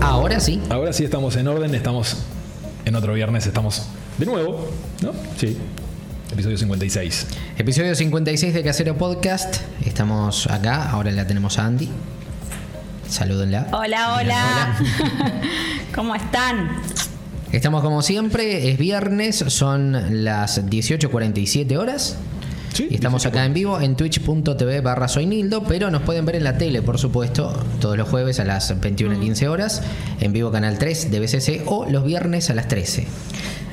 Ahora sí. Ahora sí estamos en orden, estamos en otro viernes, estamos de nuevo, ¿no? Sí. Episodio 56. Episodio 56 de Casero Podcast. Estamos acá, ahora la tenemos a Andy. Salúdenla. Hola, hola. ¿Cómo están? Estamos como siempre, es viernes, son las 18.47 horas. Sí, y estamos acá en vivo en twitch.tv barra soynildo, pero nos pueden ver en la tele, por supuesto, todos los jueves a las 21.15 Mm. horas, en vivo canal 3 de BCC o los viernes a las 13.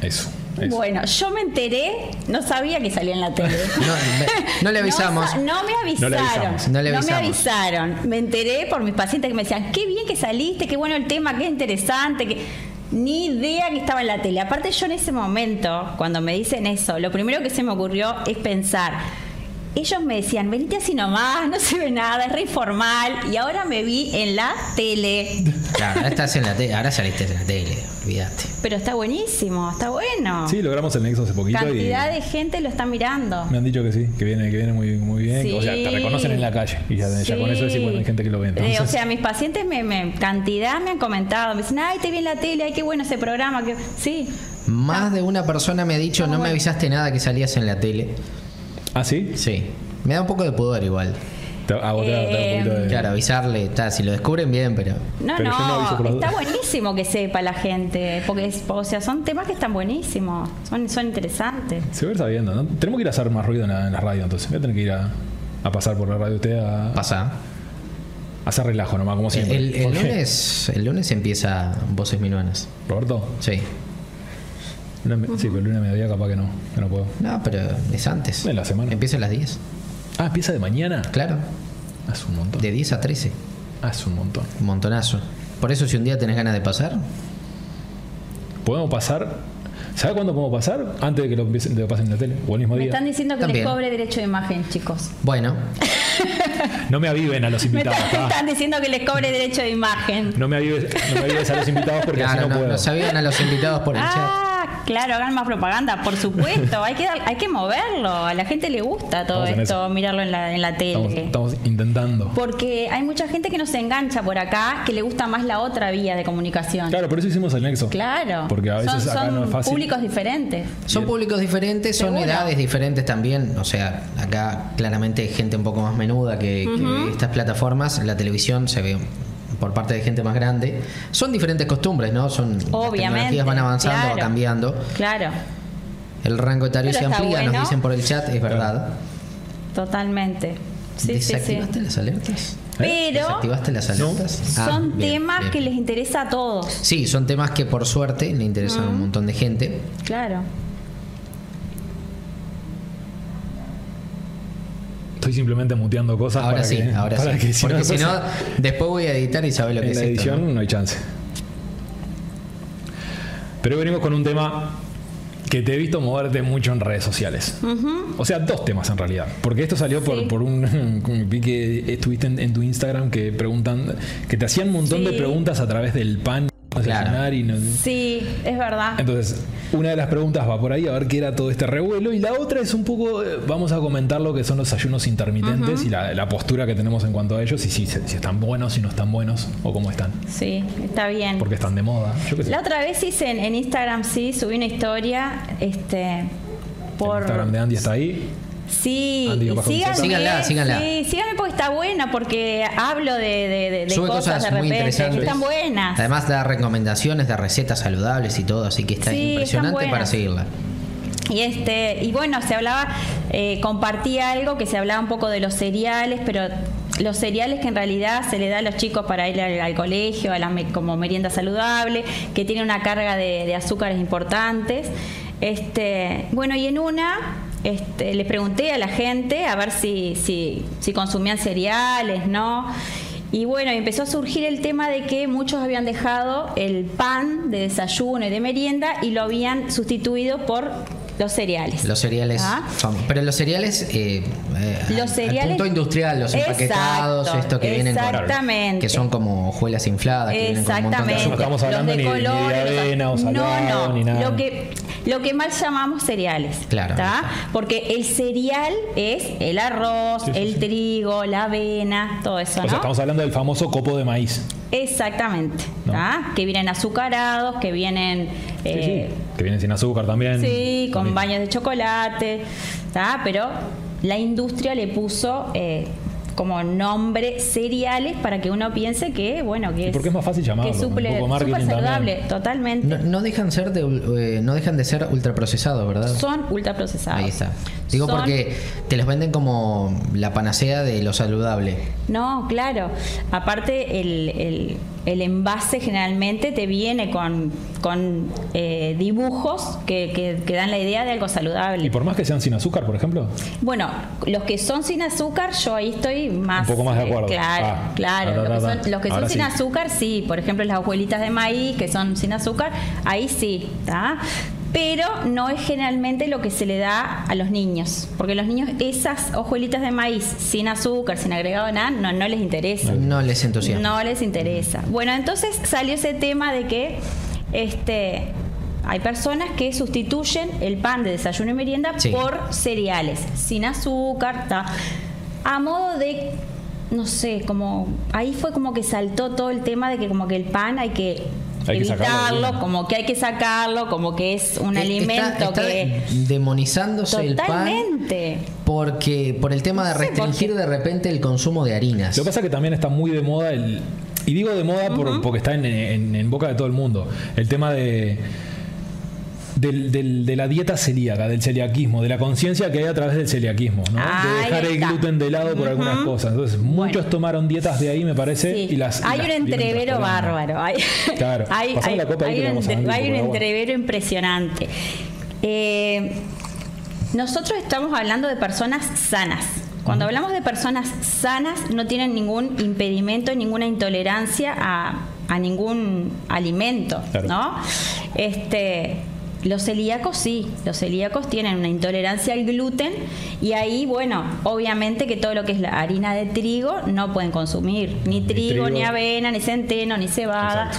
Eso. eso. Bueno, yo me enteré, no sabía que salía en la tele. No, me- no le avisamos. sa- No, me No avisaron. le avisamos. No le me avisamos. avisaron. Me enteré por mis pacientes que me decían, qué bien que saliste, qué bueno el tema, qué interesante, que ni idea que estaba en la tele. Aparte yo en ese momento, cuando me dicen eso, lo primero que se me ocurrió es pensar. Ellos me decían, venite así nomás, no se ve nada, es re informal. Y ahora me vi en la tele. Claro, ahora estás en la tele, ahora saliste en la tele, olvídate. Pero está buenísimo, está bueno. Sí, logramos el nexo hace poquito Cantidad y de gente lo está mirando. me han dicho que sí, que viene, que viene muy, muy bien. O sea, te Sí. reconocen en la calle y ya, ya con eso decís, bueno, hay gente que lo ve. Eh, Entonces, o sea, mis pacientes me, me- cantidad me han comentado, me dicen, ay, te vi en la tele, ay, qué bueno ese programa. Que... Sí, Más de una persona me ha dicho, no me avisaste nada que salías en la tele. ¿Ah, sí? Sí. Me da un poco de pudor igual. Te- A vos te da- te da un poquito de... eh, Claro, avisarle, está, si lo descubren bien, pero... no, Pero yo no aviso no, por las está dudas. buenísimo que sepa la gente, porque, es- o sea, son temas que están buenísimos, son, son interesantes. Se va a ir sabiendo, ¿no? Tenemos que ir a hacer más ruido en la, en la radio, entonces. Voy a tener que ir a, a pasar por la radio usted a, a Pasa. hacer relajo nomás, como siempre. El, el ¿Por qué? lunes, el lunes empieza Voces Minuanas. ¿Roberto? Sí. Luna me- Sí, pero luna mediodía capaz que no, que no puedo. No, pero es antes. En la semana. Empieza a las 10. Ah, ¿empieza de mañana? Claro. Hace un montón. De 10 a 13. Hace un montón. Un montonazo. Por eso si un día tenés ganas de pasar, Podemos pasar... ¿Sabe cuándo podemos pasar? Antes de que lo, empiecen- de que lo pasen en la tele, o el mismo Me día. están diciendo que También. les cobre derecho de imagen, chicos. bueno, No me aviven a los Me invitados. están, me ah. están diciendo que les cobre derecho de imagen. No me, avives, no me avives a los invitados porque así claro, no, no, puedo. no sabían a los invitados por el chat. Ah, claro, hagan más propaganda, por supuesto, hay que, dar- hay que moverlo, a la gente le gusta todo Estamos en esto, eso. mirarlo en la, en la tele. estamos, estamos intentando. Porque hay mucha gente que no se engancha por acá, que le gusta más la otra vía de comunicación. Claro. Claro, por eso hicimos el nexo. Porque a veces son acá son no es fácil. públicos diferentes. Son públicos diferentes, son Seguro. edades diferentes también. O sea, acá claramente hay gente un poco más menuda que, que estas plataformas. La televisión se ve por parte de gente más grande. Son diferentes costumbres, ¿no? Son, Las Obviamente, tecnologías van avanzando, claro. va cambiando. Claro, El rango etario Pero se está amplía, bueno. nos dicen por el chat, es verdad. totalmente. Sí, sí, sí. ¿Desactivaste las alertas? ¿Eh? Pero ¿Desactivaste las No. alertas? Ah, son bien, temas bien. que les interesa a todos. Sí, son temas que por suerte le interesan a un montón de gente. Claro. Estoy simplemente muteando cosas Ahora Ah, para sí, que, ahora para sí. que si Porque no si no, después- después voy a editar y sabe lo que en es la esto, edición ¿no? ¿no? hay chance. Pero hoy venimos con un tema que te he visto moverte mucho en redes sociales. O sea, dos temas en realidad. Porque esto salió por, Sí. por un... Vi que estuviste en, en tu Instagram que preguntan... Que te hacían un montón de Sí. preguntas a través del pan. desayunar Y no, Sí, es verdad. Entonces, una de las preguntas va por ahí a ver qué era todo este revuelo y la otra es un poco, eh, vamos a comentar lo que son los ayunos intermitentes y la, la postura que tenemos en cuanto a ellos y si, se- si están buenos, si no están buenos o cómo están, Sí, está bien. porque están de moda. Yo qué sé. La otra vez hice en, en Instagram, sí, subí una historia, este, El por... Instagram de Andy está ahí. Sí, Andy, y bajo síganme, concepto. Síganla, síganla. Sí, síganme porque está buena, porque hablo de, de- de- de Sube cosas, cosas, de muy repente, interesantes. que están buenas. Además da recomendaciones de recetas saludables y todo, así que está Sí, están impresionante para buenas. seguirla. Y este, y bueno, se hablaba, eh, compartía algo que se hablaba un poco de los cereales, pero los cereales que en realidad se le da a los chicos para ir al, al colegio, a la me- como merienda saludable, que tiene una carga de, de azúcares importantes. Este, bueno, y en una este, les pregunté a la gente a ver si, si, si consumían cereales, ¿no? Y bueno, empezó a surgir el tema de que muchos habían dejado el pan de desayuno y de merienda y lo habían sustituido por los cereales. Los cereales Ah. son, pero los cereales, eh, eh, al- Los cereales. al punto industrial, los empaquetados, Exacto, esto que vienen con- exactamente. que son como hojuelas infladas, Ah, que vienen con un montón de Exactamente. No azúcar. estamos hablando Los de ni- ni de colores, los- avena o no, salado, no. ni nada. Lo que lo que mal llamamos cereales. Claro. ¿tá? Porque el cereal es el arroz, Sí, sí, el sí. trigo, la avena, todo eso, O ¿no? sea, estamos hablando del famoso copo de maíz. Exactamente. No. ¿tá? Que vienen azucarados, que vienen... Sí, sí. eh, Que vienen sin azúcar también. Sí, con También. baños de chocolate, ¿tá? pero la industria le puso eh, como nombre cereales para que uno piense que, bueno, que Y es, porque es más fácil llamarlo, que un suple, poco marketing súper saludable, también. totalmente. No, no dejan ser de, ul- eh, no dejan de ser ultraprocesados, ¿verdad? Son ultraprocesados. Ahí está. Digo Son- porque te los venden como la panacea de lo saludable. No, claro. Aparte, el, el- el envase generalmente te viene con, con eh, dibujos que, que- que dan la idea de algo saludable. Y por más que sean sin azúcar, por ejemplo. Bueno, los que son sin azúcar, yo ahí estoy más. Un poco más de eh, acuerdo. claro, Ah, ta, claro. ta, los que ta, son, ta. los que son Ahora sin sí. azúcar, sí. Por ejemplo, las abuelitas de maíz que son sin azúcar, ahí sí, ¿tá? Pero no es generalmente lo que se le da a los niños. Porque los niños, esas hojuelitas de maíz sin azúcar, sin agregado nada, no, no les interesa. No les entusiasma. No les interesa. Bueno, entonces salió ese tema de que este hay personas que sustituyen el pan de desayuno y merienda Sí. por cereales, sin azúcar, ta. a modo de no sé, como ahí fue como que saltó todo el tema de que como que el pan hay que Hay que sacarlo de evitarlo, una. como que hay que sacarlo, como que es un Eh, alimento está, está que demonizándose el pan totalmente porque por el tema de No sé por restringir qué. de repente el consumo de harinas. Lo que pasa es que también está muy de moda el. Y digo de moda por- porque está en, en- en boca de todo el mundo. El tema de. Del, del- de la dieta celíaca, del celiaquismo, de la conciencia que hay a través del celiaquismo, ¿no? Ahí de dejar el está. gluten de lado por algunas cosas. Entonces, muchos tomaron dietas de ahí, me parece, Sí. y las. y hay las un vienen entrevero trastornando. bárbaro. Hay, Claro. hay, Pasame hay- la copa ahí hay que la un, vamos a entre- dar un hay un poco de agua. entrevero impresionante. Eh, nosotros estamos hablando de personas sanas. Cuando hablamos de personas sanas, no tienen ningún impedimento, ninguna intolerancia a, a ningún alimento, Claro. ¿no? Este, los celíacos sí, los celíacos tienen una intolerancia al gluten y ahí, bueno, obviamente que todo lo que es la harina de trigo no pueden consumir, ni, Ni trigo, trigo. ni avena, ni centeno, ni cebada.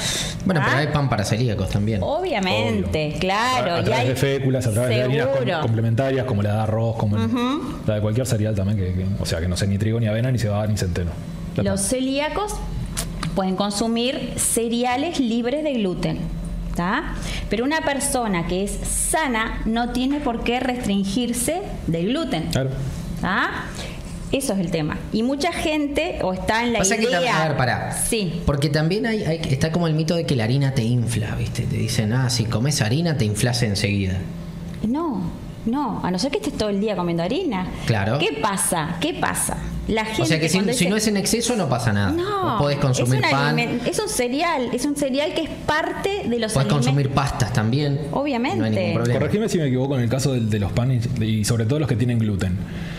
Bueno, pero ¿Ah? Oh, hay pan para celíacos también. Obviamente, claro. A, a y través hay- de féculas, a través de harinas Seguro. com- complementarias, como la de arroz, como el- la de cualquier cereal también, que, que- o sea, que no sé ni trigo, ni avena, ni cebada, ni centeno. Ya está. Los celíacos pueden consumir cereales libres de gluten. ¿tá? Pero una persona que es sana no tiene por qué restringirse del gluten. Claro. ¿tá? Eso es el tema. Y mucha gente o está en la Pasa que idea. tam- a ver, pará. Sí. Porque también hay, hay- está como el mito de que la harina te infla, ¿viste? Te dicen, ah, si comes harina te inflas enseguida. No, no, a no ser que estés todo el día comiendo harina. Claro. ¿Qué pasa? ¿Qué pasa? La gente O sea que si, cuando si dice- no es en exceso no pasa nada. No, Podés consumir es un pan, aliment- Es un cereal, es un cereal que es parte de los podés alimentos. consumir pastas también. Obviamente. No hay ningún problema. Corregime si me equivoco en el caso del- de, los panes y sobre todo los que tienen gluten.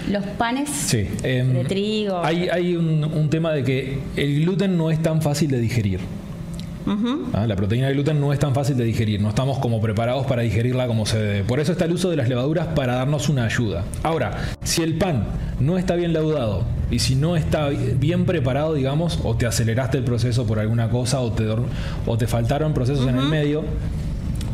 Los panes Sí. em, de trigo. Hay, hay un, un tema de que el gluten no es tan fácil de digerir. Ujú. ¿ah? La proteína de gluten no es tan fácil de digerir. No estamos como preparados para digerirla como se debe. Por eso está el uso de las levaduras para darnos una ayuda. Ahora, si el pan no está bien laudado y si no está bi- bien preparado, digamos, o te aceleraste el proceso por alguna cosa o te, dor- o te faltaron procesos en el medio,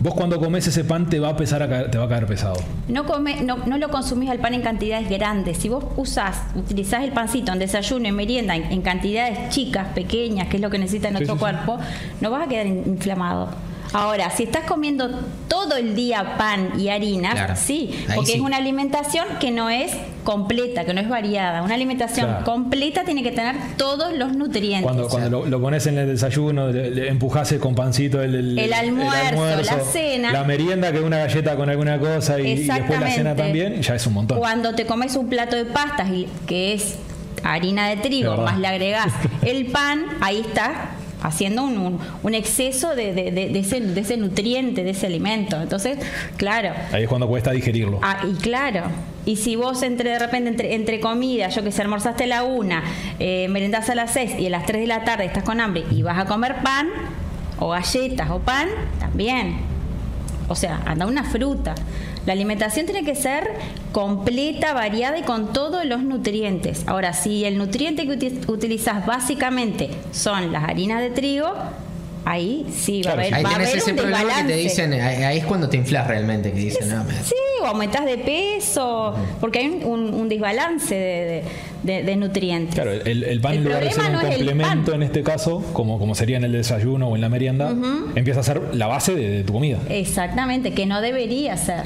vos cuando comes ese pan te va a pesar a caer- te va a caer pesado. No, come, no, no lo consumís al pan en cantidades grandes. Si vos usás, utilizás el pancito en desayuno, en merienda, en, en cantidades chicas, pequeñas, que es lo que necesita nuestro sí, sí. cuerpo, no vas a quedar in- inflamado. Ahora, si estás comiendo todo el día pan y harina, Claro. sí, Ahí porque sí. es una alimentación que no es completa, que no es variada. Una alimentación Claro. completa tiene que tener todos los nutrientes. Cuando, cuando lo, lo pones en el desayuno, le, le empujás el con pancito el, el- El almuerzo, la cena. la merienda que es una galleta con alguna cosa y, y después la cena Exactamente. también, ya es un montón. Cuando te comes un plato de pastas y- que es harina de De trigo, verdad. más le agregás el pan, ahí está haciendo un, un- un exceso de, de- de- de ese, de ese nutriente, de ese alimento. Entonces, claro. Ahí es cuando cuesta digerirlo. Ah, y claro. Y si vos entre de repente entre, entre comidas, yo que sé, almorzaste a la una, eh, merendás a las seis y a las tres de la tarde estás con hambre y vas a comer pan o galletas o pan, también. O sea, anda una fruta. La alimentación tiene que ser completa, variada y con todos los nutrientes. Ahora, si el nutriente que uti- utilizas básicamente son las harinas de trigo, ahí sí va Claro, a haber, sí. Ahí va a tenés haber ese un problema que te desbalance. dicen, ahí, ahí es cuando te inflas realmente, que dicen, no, me- Sí, o aumentás de peso, porque hay un, un- un desbalance de, de- de- de nutrientes. Claro, el, el pan El en lugar de ser un problema no es el complemento pan. en este caso, como, como sería en el desayuno o en la merienda, empieza a ser la base de, de tu comida. Exactamente, que no debería ser.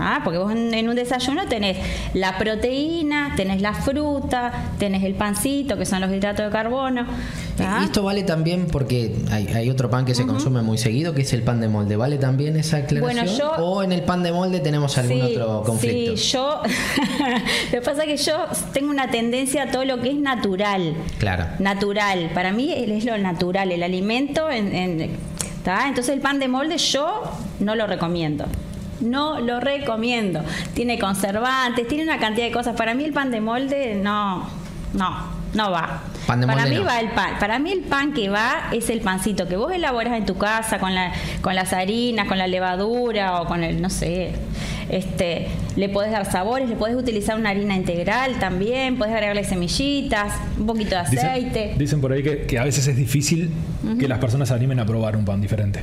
Ah, porque vos en, en un desayuno tenés la proteína, tenés la fruta, tenés el pancito, que son los hidratos de carbono. Ah, Y Eh, esto vale también porque hay, hay otro pan que se consume muy seguido, que es el pan de molde. ¿Vale también esa aclaración? Bueno, yo- ¿O en el pan de molde tenemos algún sí, otro conflicto? Sí, yo. lo que pasa es que yo tengo una tendencia a todo lo que es natural. Claro. Natural. Para mí es lo natural, el alimento. En, en- ¿tá? Entonces el pan de molde yo no lo recomiendo. No lo recomiendo. Tiene conservantes, tiene una cantidad de cosas. Para mí el pan de molde no, no, no va. Pan de Para molde mí no. va el pan. Para mí el pan que va es el pancito que vos elaborás en tu casa con, la, con las harinas, con la levadura o con el, no sé. Este, le podés dar sabores, le podés utilizar una harina integral también, podés agregarle semillitas, un poquito de aceite. Dicen, dicen por ahí que, que a veces es difícil que las personas se animen a probar un pan diferente.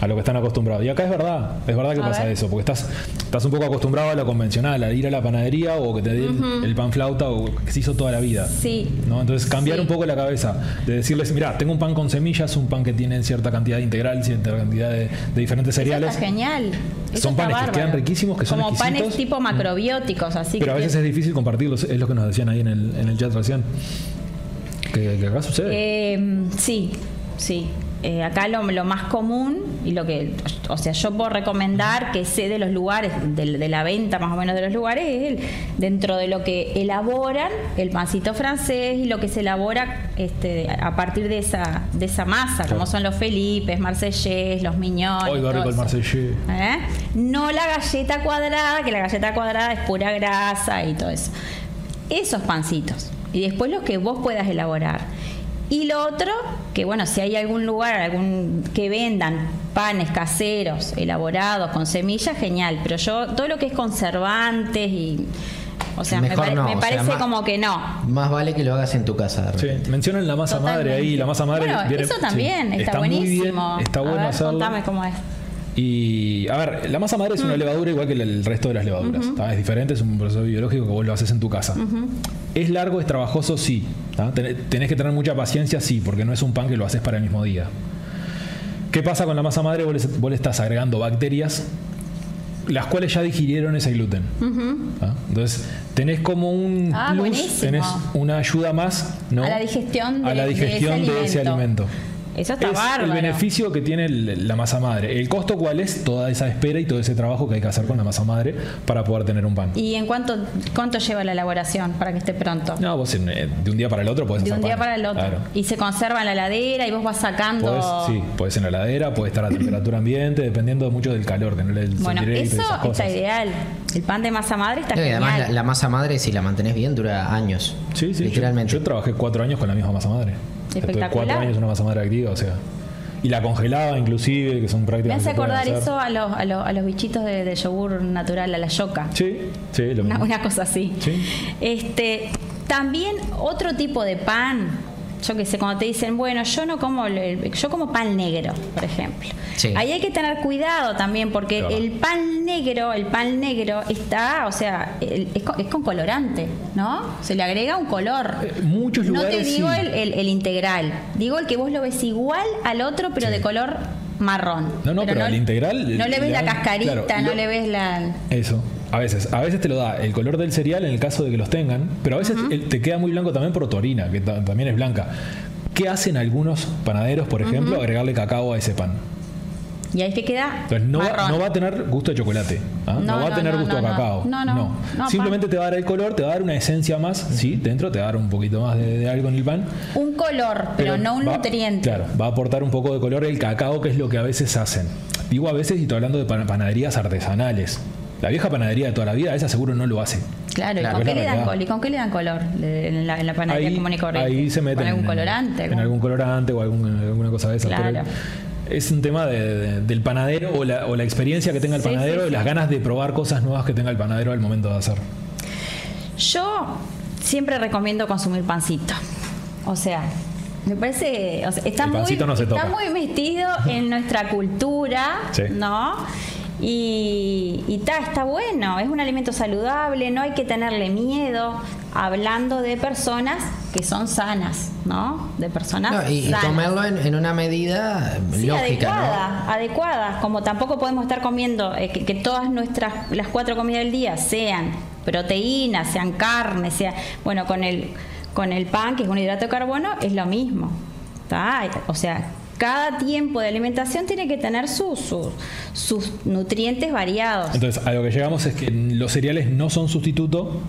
A lo que están acostumbrados. Y acá es verdad, es verdad que A pasa ver. eso, porque estás, estás un poco acostumbrado a lo convencional, a ir a la panadería o que te den el pan flauta o que se hizo toda la vida. Sí. ¿no? Entonces cambiar Sí. un poco la cabeza, de decirles, mira, tengo un pan con semillas, un pan que tiene cierta cantidad de integral, cierta cantidad de, de diferentes Eso cereales. está genial. Eso Son está panes que bárbaro. quedan riquísimos, que son Como panes exquisitos. Mm. tipo macrobióticos, así Pero a que veces es difícil compartirlos, es lo que nos decían ahí en el, en el chat recién. Que, que acá sucede. Eh, sí, sí. Eh, acá lo, lo más común y lo que, o sea, yo puedo recomendar que sé de los lugares, de, de la venta más o menos de los lugares, es el- dentro de lo que elaboran el pancito francés y lo que se elabora este, a partir de esa, de esa masa, como son los Felipes, Marsellés, los Miñones. Hoy va todo rico el eso. Marsellé. ¿Eh? No la galleta cuadrada, que la galleta cuadrada es pura grasa y todo eso. Esos pancitos. Y después los que vos puedas elaborar. Y lo otro, que bueno, si hay algún lugar algún que vendan panes caseros, elaborados, con semillas, genial. Pero yo, todo lo que es conservantes y. O sea, me, Mejor pare- no, me o sea, parece más- como que no. Más vale que lo hagas en tu casa. de Sí, repente. mencionan la masa madre ahí, Totalmente. la masa madre Bueno, viene- eso sí, también está, muy bien, buenísimo. está A bueno ver, hacerlo. Contame cómo es. Y a ver, la masa madre es Mm. una levadura igual que el- el resto de las levaduras. ¿tá? Es diferente, es un proceso biológico que vos lo haces en tu casa. Es largo, es trabajoso, sí. ¿tá? Tené- Tenés que tener mucha paciencia, sí, porque no es un pan que lo haces para el mismo día. ¿Qué pasa con la masa madre? Vos le, vos le estás agregando bacterias, las cuales ya digirieron ese gluten. ¿tá? Entonces, tenés como un Ah, plus, buenísimo. tenés una ayuda más ¿no? A la digestión de- A la de digestión ese de ese alimento. alimento. Eso está Es bárbaro. El beneficio que tiene el- la masa madre. El costo cuál es toda esa espera y todo ese trabajo que hay que hacer con la masa madre para poder tener un pan. ¿Y en cuánto, cuánto lleva la elaboración para que esté pronto? No, vos en, eh, de un día para el otro podés De hacer un día panes. para el otro. Claro. Y se conserva en la heladera y vos vas sacando. Podés, sí, podés en la heladera, podés estar a temperatura ambiente, dependiendo mucho del calor, tener el bueno, directo y eso esas está cosas. ideal. El pan de masa madre está No, y además la, genial. la masa madre, si la mantenés bien, dura años. Sí, sí. yo- Literalmente. Yo, trabajé cuatro años con la misma masa madre. O sea, Tuve Espectacular. cuatro años una masa madre activa, o sea. Y la congelaba inclusive, que son Me prácticas. hace que se pueden acordar hacer. eso a los, a los, a los bichitos de, de yogur natural, a la yoca. Sí, sí, lo Una, mismo. una cosa así. Sí. Este, también otro tipo de pan. Yo qué sé, cuando te dicen, bueno, yo no como, el- yo como pan negro, por ejemplo. Sí. Ahí hay que tener cuidado también, porque Claro. el pan negro, el pan negro está, o sea, el- es, con, es con colorante, ¿no? Se le agrega un color. Eh, muchos no te lugares digo sí. el, el- el integral, digo el que vos lo ves igual al otro, pero de color marrón. No, no, pero al integral No le ves le la dan- cascarita, claro, no lo- le ves la... Eso, a veces. A veces te lo da el color del cereal en el caso de que los tengan, pero a veces el- te queda muy blanco también por tu harina, que ta- también es blanca. ¿Qué hacen algunos panaderos, por ejemplo, agregarle cacao a ese pan? Y ahí es que queda Entonces no va, marrón. no va a tener gusto de chocolate, ¿ah? No, no, va no, a tener no, gusto no, a no. cacao. No, no. No, Simplemente te va a dar el color, te va a dar una esencia más, sí, dentro te va a dar un poquito más de, de algo en el pan. Un color, pero, no un va- nutriente. Claro, va a aportar un poco de color el cacao, que es lo que a veces hacen. Digo a veces y estoy hablando de pan- panaderías artesanales. La vieja panadería de toda la vida, esa seguro no lo hace. Claro, ¿y Claro, con es qué la le dan realidad. col- ¿y con qué le dan color Le- en la, en la panadería común y corriente? ahí se meten Con algún en- colorante. En, con- algún colorante o algún- alguna cosa de esas. Claro. Pero es un tema de- de- del panadero o la, o la experiencia que tenga el Sí, panadero sí, y las ganas de probar cosas nuevas que tenga el panadero al momento de hacer. Yo siempre recomiendo consumir pancito. O sea, Me parece, o sea, está, El muy, pancito no se está toca. muy metido en nuestra cultura, Sí. ¿no? Y, y ta, está bueno, es un alimento saludable, no hay que tenerle miedo, hablando de personas que son sanas, ¿no? De personas No, y, y sanas. comerlo en, en una medida Sí, lógica, adecuada, ¿no? adecuada. Como tampoco podemos estar comiendo eh, que, que todas nuestras las cuatro comidas del día sean proteínas, sean carne, sea bueno con el con el pan que es un hidrato de carbono es lo mismo, ¿tá? O sea. Cada tiempo de alimentación tiene que tener sus, sus, sus nutrientes variados. Entonces, a lo que llegamos es que los cereales no son sustituto,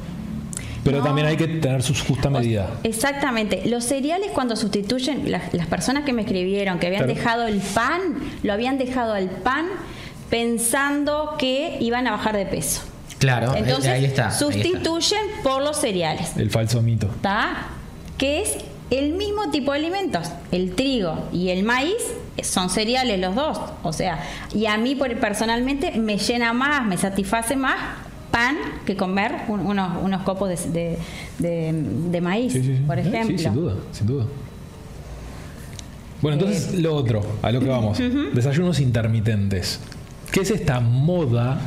pero No. también hay que tener su justa medida. Exactamente. Los cereales cuando sustituyen, las, las personas que me escribieron que habían Claro. dejado el pan, lo habían dejado al pan pensando que iban a bajar de peso. Claro, eh, Entonces ahí está. ahí está. sustituyen por los cereales. El falso mito. ¿Está? Que es el mismo tipo de alimentos. El trigo y el maíz son cereales los dos. O sea, y a mí por- personalmente me llena más, me satisface más pan que comer un- unos, unos copos de, de- de- de maíz, Sí, sí, sí. por Eh, ejemplo. Sí, sin duda, sin duda. Bueno, entonces Eh. lo otro, a lo que vamos. Desayunos intermitentes. ¿Qué es esta moda?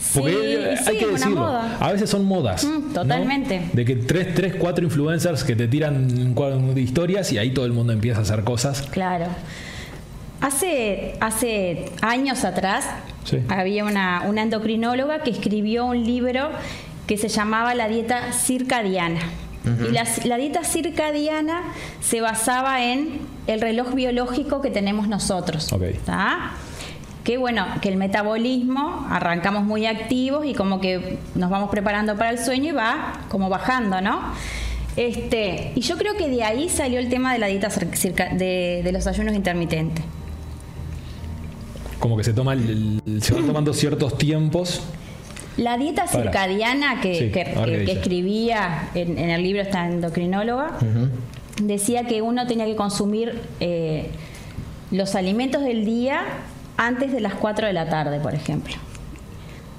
Sí, eh, sí, una moda. A veces son modas. Mm, ¿no? totalmente. De que tres, tres, cuatro influencers que te tiran un cuadro de historias y ahí todo el mundo empieza a hacer cosas. Claro. Hace, hace años atrás Sí. había una, una endocrinóloga que escribió un libro que se llamaba La dieta circadiana. Y la, la dieta circadiana se basaba en el reloj biológico que tenemos nosotros. Ok. ¿tá? Que bueno, que el metabolismo arrancamos muy activos y como que nos vamos preparando para el sueño y va como bajando, ¿no? Este, y yo creo que de ahí salió el tema de la dieta cir- circa- de, de los ayunos intermitentes. Como que se, toma el- el- se van tomando ciertos tiempos. La dieta Ahora. circadiana que, Sí, que- a ver qué que- que dice. escribía en, en el libro esta endocrinóloga decía que uno tenía que consumir eh, los alimentos del día antes de las 4 de la tarde, por ejemplo.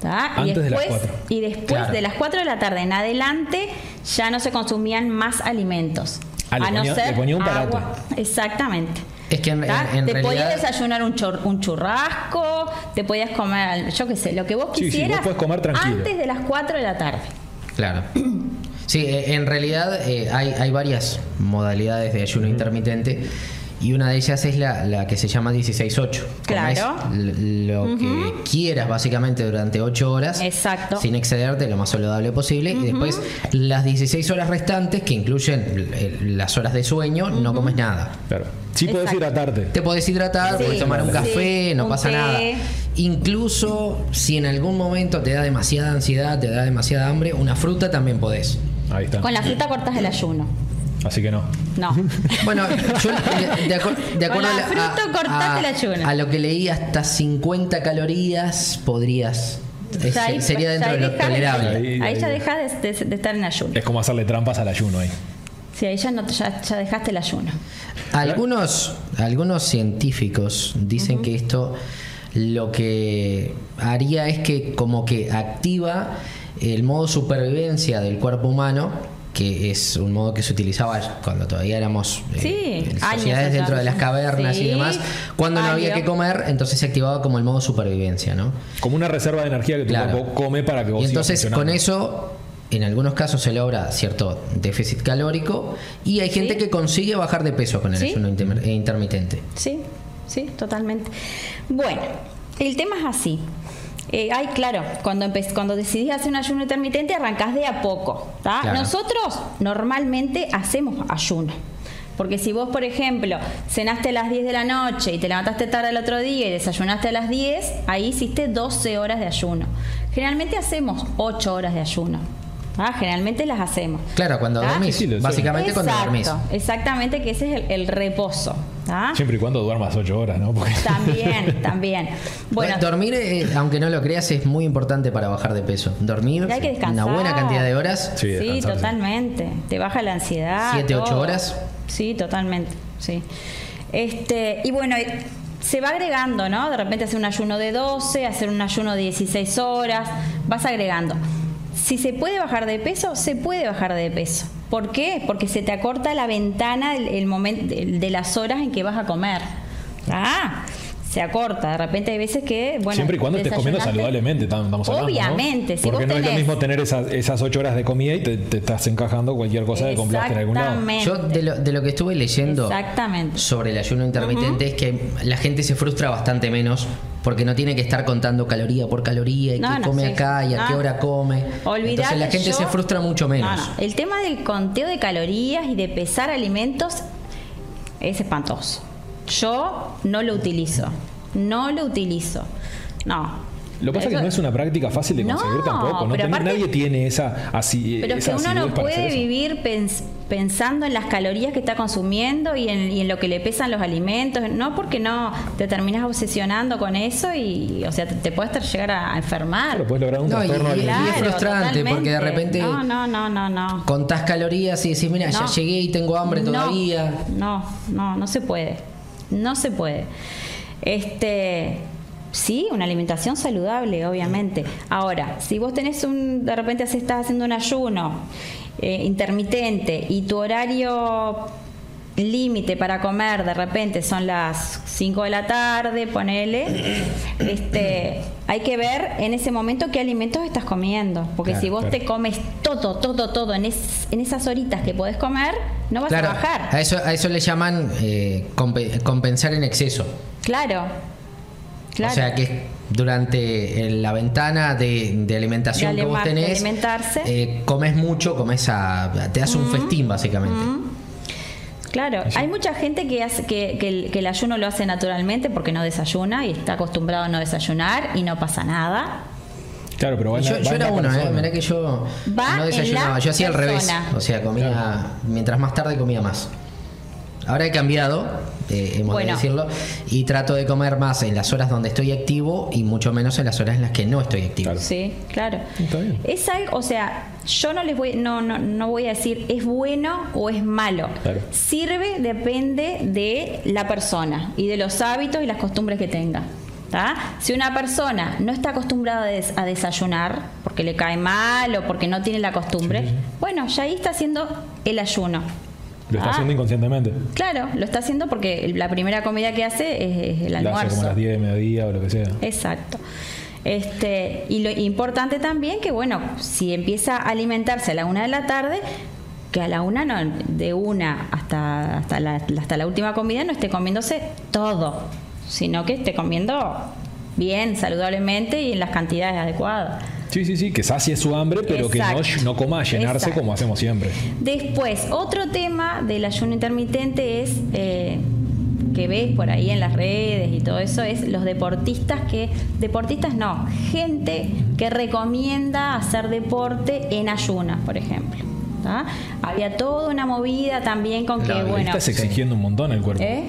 ¿Tá? Antes de las 4. Y después Claro. de las 4 de la tarde en adelante ya no se consumían más alimentos. Ah, le ponía- le ponía un parate. agua. Exactamente. Es que en, en- ¿Tá? en te podías realidad. desayunar un, chor- un churrasco, te podías comer, yo qué sé, lo que vos Sí, sí, vos quisieras podés comer tranquilo. antes de las 4 de la tarde. Claro. Sí, eh, en realidad eh, hay, hay varias modalidades de ayuno intermitente y una de ellas es la, la que se llama 16-8. Comés Claro. l- Lo que quieras básicamente durante 8 horas. Exacto. Sin excederte, lo más saludable posible. Y después las 16 horas restantes, que incluyen eh, las horas de sueño, no comes nada. Claro. Sí, puedes Exacto. hidratarte. Te podés hidratar, Sí, podés tomar un sí, café, no un pasa té. nada. Incluso si en algún momento te da demasiada ansiedad, te da demasiada hambre, una fruta también podés. Ahí está. Con la fruta cortas el ayuno. Así que no. No. Bueno, yo de, de acuer- de Con acuerdo la fruta cortate la ayuna. a lo que leí, hasta 50 calorías podrías. es- eh, Ya ahí- sería dentro ya de lo dejas tolerable. Ahí, Ahí, ahí. Eh. ya dejas de, de- de estar en ayuno. Es como hacerle trampas al ayuno ahí. Sí, ahí ya, no, ya, ya dejaste el ayuno. Algunos, algunos científicos dicen que esto lo que haría es que como que activa el modo supervivencia del cuerpo humano, que es un modo que se utilizaba cuando todavía éramos eh, Sí, en años sociedades allá. dentro de las cavernas Sí, y demás, cuando no había válido. que comer, entonces se activaba como el modo supervivencia, ¿no? Como una reserva de energía que tu Claro. cuerpo come para que vos Y sigas entonces con funcionando. eso, en algunos casos se logra cierto déficit calórico y hay gente Sí. que consigue bajar de peso con el Sí. ayuno intermer- intermitente. Sí, sí, totalmente. Bueno, el tema es así. Eh, ay, claro, cuando, empe- cuando decidís hacer un ayuno intermitente arrancás de a poco. ¿tá? Claro. Nosotros normalmente hacemos ayuno. Porque si vos, por ejemplo, cenaste a las 10 de la noche y te levantaste tarde el otro día y desayunaste a las 10, ahí hiciste 12 horas de ayuno. Generalmente hacemos 8 horas de ayuno. ¿tá? Generalmente las hacemos. Claro, cuando ¿Tá? dormís, Sí, sí, lo sé. básicamente cuando dormís. Exacto, Exactamente, que ese es el, el reposo. ¿tá? Siempre y cuando duermas 8 horas, ¿no? Porque- También, también. Bueno, dormir, eh, aunque no lo creas, es muy importante para bajar de peso. Dormir Hay que una descansar. buena cantidad de horas. Sí, sí, descansar, sí. totalmente. Te baja la ansiedad. Siete, ocho todo. horas. Sí, totalmente. Sí. Este, y bueno, eh, se va agregando, ¿no? De repente hacer un ayuno de 12, hacer un ayuno de 16 horas, vas agregando. Si se puede bajar de peso, se puede bajar de peso. ¿Por qué? Porque se te acorta la ventana el, el momento, el de las horas en que vas a comer. Ah, se acorta. De repente hay veces que. Bueno, Siempre y cuando estés comiendo desayunaste- saludablemente, tam- estamos hablando. ¿no? Obviamente, si Porque vos no es lo tenés- mismo tener esas, esas ocho horas de comida y te, te estás encajando cualquier cosa que compraste en algún lado. Exactamente. Yo de lo, de lo que estuve leyendo Exactamente. sobre el ayuno intermitente es que la gente se frustra bastante menos porque no tiene que estar contando caloría por caloría y No, qué no, come sí. acá y a qué No. hora come. Olvidate, Entonces la gente yo- se frustra mucho menos. No, no. El tema del conteo de calorías y de pesar alimentos es espantoso. Yo no lo utilizo. No lo utilizo. No. Lo que pasa es que Eso- no es una práctica fácil de No, conseguir tampoco. No pero tenés- aparte- nadie tiene esa así. eh, Pero es que esa uno no asidez para hacer puede eso. vivir pens- pensando en las calorías que está consumiendo y en, y en lo que le pesan los alimentos. No, porque no te terminas obsesionando con eso y, o sea, te, te puedes hasta llegar a, a enfermar. Claro, puedes lograr un No, y- trastorno. y- alimenticio. es frustrante, totalmente. porque de repente- No, no, no, no, no. Contás calorías y decís, mira, ya No. llegué y tengo hambre No, todavía. No, no, no se puede. No se puede. Este, sí, una alimentación saludable, obviamente. Ahora, si vos tenés un, de repente haces- estás haciendo un ayuno eh, intermitente y tu horario límite para comer de repente son las 5 de la tarde, ponele, este, hay que ver en ese momento qué alimentos estás comiendo, porque Claro, si vos claro. te comes todo, todo, todo en, es- en esas horitas que podés comer, no vas Claro, a a bajar. eso, a eso le llaman eh, compe- compensar en exceso. Claro. Claro. O sea que es durante el- la ventana de, de alimentación De que vos alimar- de tenés, alimentarse. Mm-hmm. eh, comes mucho, comes a, te das un festín básicamente. Claro, hay mucha gente que, hace, que, que el, que el ayuno lo hace naturalmente porque no desayuna y está acostumbrado a no desayunar y no pasa nada. Claro, pero va en la- Yo, va yo en la era uno, persona. ¿eh? Mirá que yo Va no en desayunaba. la Yo hacía al revés. persona. O sea, comía. Mientras más tarde comía más. Ahora he cambiado, eh, hemos de Bueno. decirlo, y trato de comer más en las horas donde estoy activo y mucho menos en las horas en las que no estoy activo. Claro. Sí, claro. Está bien. Es algo, o sea, yo no les voy, no, no, no voy a decir es bueno o es malo. Claro. Sirve, depende de la persona y de los hábitos y las costumbres que tenga. ¿tá? Si una persona no está acostumbrada a des- a desayunar porque le cae mal o porque no tiene la costumbre, bueno, ya ahí está haciendo el ayuno. Lo está Ah. haciendo inconscientemente. Claro, lo está haciendo porque la primera comida que hace es, es el La hace almuerzo. como a las 10 de mediodía o lo que sea. Exacto. Este, y lo importante también que, bueno, si empieza a alimentarse a la una de la tarde, que a la una no, de una hasta, hasta, la, hasta la última comida no esté comiéndose todo, sino que esté comiendo bien, saludablemente y en las cantidades adecuadas. Sí, sí, sí, que sacie su hambre, pero que Exacto. no, no coma a llenarse Exacto. como hacemos siempre. Después, otro tema del ayuno intermitente es eh, que ves por ahí en las redes y todo eso, es los deportistas que, deportistas no, gente que recomienda hacer deporte en ayunas, por ejemplo. ¿tá? Había toda una movida también con que, Claro, Le bueno, estás exigiendo un montón al cuerpo. ¿Eh?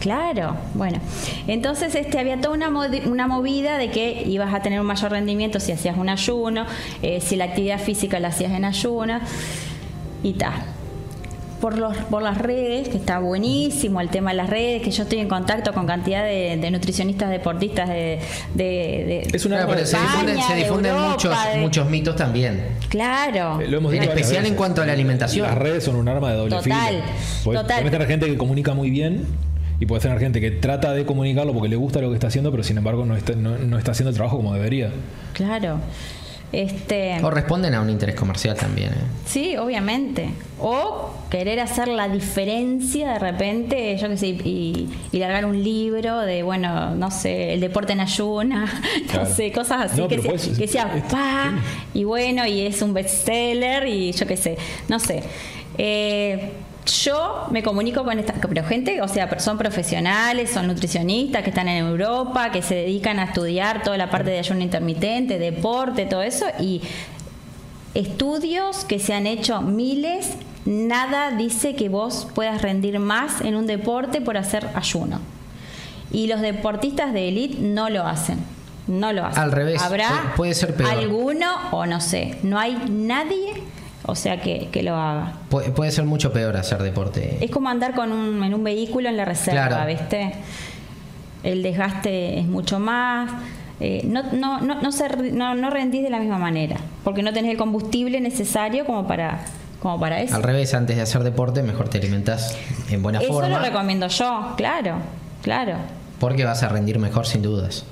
Claro, bueno. Entonces este, había toda una, modi- una movida de que ibas a tener un mayor rendimiento si hacías un ayuno, eh, si la actividad física la hacías en ayunas y tal. Por, los, por las redes, que está buenísimo el tema de las redes, que yo estoy en contacto con cantidad de, de nutricionistas deportistas de... de- de- Es una- Claro, pero se España, difunden, se de difunden Europa, muchos, de- muchos mitos también. Claro. Eh, Lo hemos En dicho varias especial en veces. cuanto a la alimentación. Las redes son un arma de doble filo. Total, Podés- total. podés tener gente que comunica muy bien y puede tener gente que trata de comunicarlo porque le gusta lo que está haciendo, pero sin embargo no está, no, no está haciendo el trabajo como debería. Claro. Este, O responden a un interés comercial también. ¿eh? Sí, obviamente. O querer hacer la diferencia de repente, yo qué sé, y, y largar un libro de, bueno, no sé, el deporte en ayuna, Claro. no sé, cosas así No, que, pero pues, sea, puedes- que sea pa, y bueno, y es un bestseller, y yo qué sé, no sé. Eh, yo me comunico con esta pero gente, o sea, son profesionales, son nutricionistas que están en Europa, que se dedican a estudiar toda la parte de ayuno intermitente, deporte, todo eso, y Estudios que se han hecho miles, nada dice que vos puedas rendir más en un deporte por hacer ayuno. Y los deportistas de élite no lo hacen. No lo hacen. Al revés, Habrá pu- puede ser peor. alguno o no sé. No hay nadie, o sea, que, que lo haga. Pu- puede ser mucho peor hacer deporte. Es como andar con un, en un vehículo en la reserva, Claro. ¿viste? El desgaste es mucho más. eh, no, no, no, no, se- no- no rendís de la misma manera, porque no tenés el combustible necesario como para como para eso. Al revés, antes de hacer deporte, mejor te alimentas en buena eso forma. lo recomiendo yo, claro, claro, Porque vas a rendir mejor, sin dudas.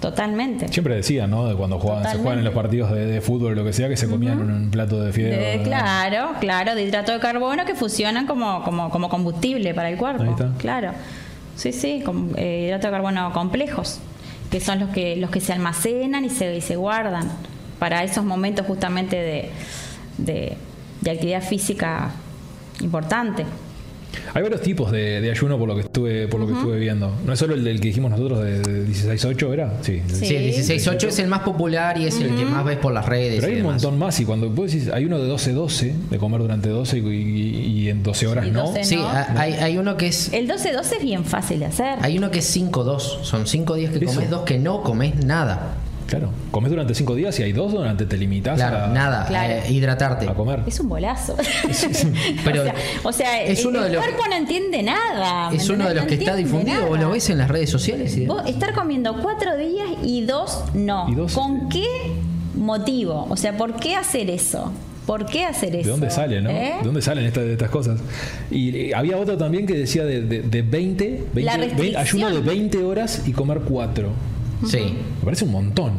totalmente. Siempre decían, ¿no? De cuando jugaban, se Totalmente. juegan en los partidos de, de fútbol o lo que sea, que se comían un, un plato de fideo. De- ¿verdad? claro, claro, de hidrato de carbono que fusionan como, como, como combustible para el cuerpo. Ahí está. Claro. Sí, sí, con, eh, hidrato de carbono complejos, que son los que, los que se almacenan y se, y se guardan para esos momentos justamente de, de, de actividad física importante. Hay varios tipos de, de ayuno por lo que estuve, por lo que estuve viendo. No es solo el del que dijimos nosotros de, de 16-8, ¿era? Sí. Sí. Sí, el 16-8 es el más popular y es el que más ves por las redes. Pero y hay un demás. montón más y cuando vos decís, hay uno de 12-12, de comer durante 12 y, y- y en 12 horas Sí, no. 12. Sí, ¿no? ha- hay, hay uno que es. El 12-12 es bien fácil de hacer. Hay uno que es 5-2. Son 5 días que Eso. comes, 2 que no comes nada. Claro, comes durante 5 días y hay dos durante te limitas Claro, a, nada. Claro. eh, hidratarte. a comer. Es un bolazo. Pero o sea, o sea, es el, uno el de los- cuerpo no entiende nada. ¿me Es uno entendés? de los Ah, No que está entiende difundido. Vos nada. lo ves en las redes sociales. y demás. Vos estar comiendo cuatro días y dos no. Y dos- ¿Con qué motivo? O sea, ¿por qué hacer eso? ¿Por qué hacer eso? ¿De dónde sale, no? ¿Eh? ¿De dónde salen estas, estas cosas? Y eh, había otro también que decía de, de, de 20, 20, La 20 ayuno de restricción. 20 horas y comer 4. Sí. Me parece un montón.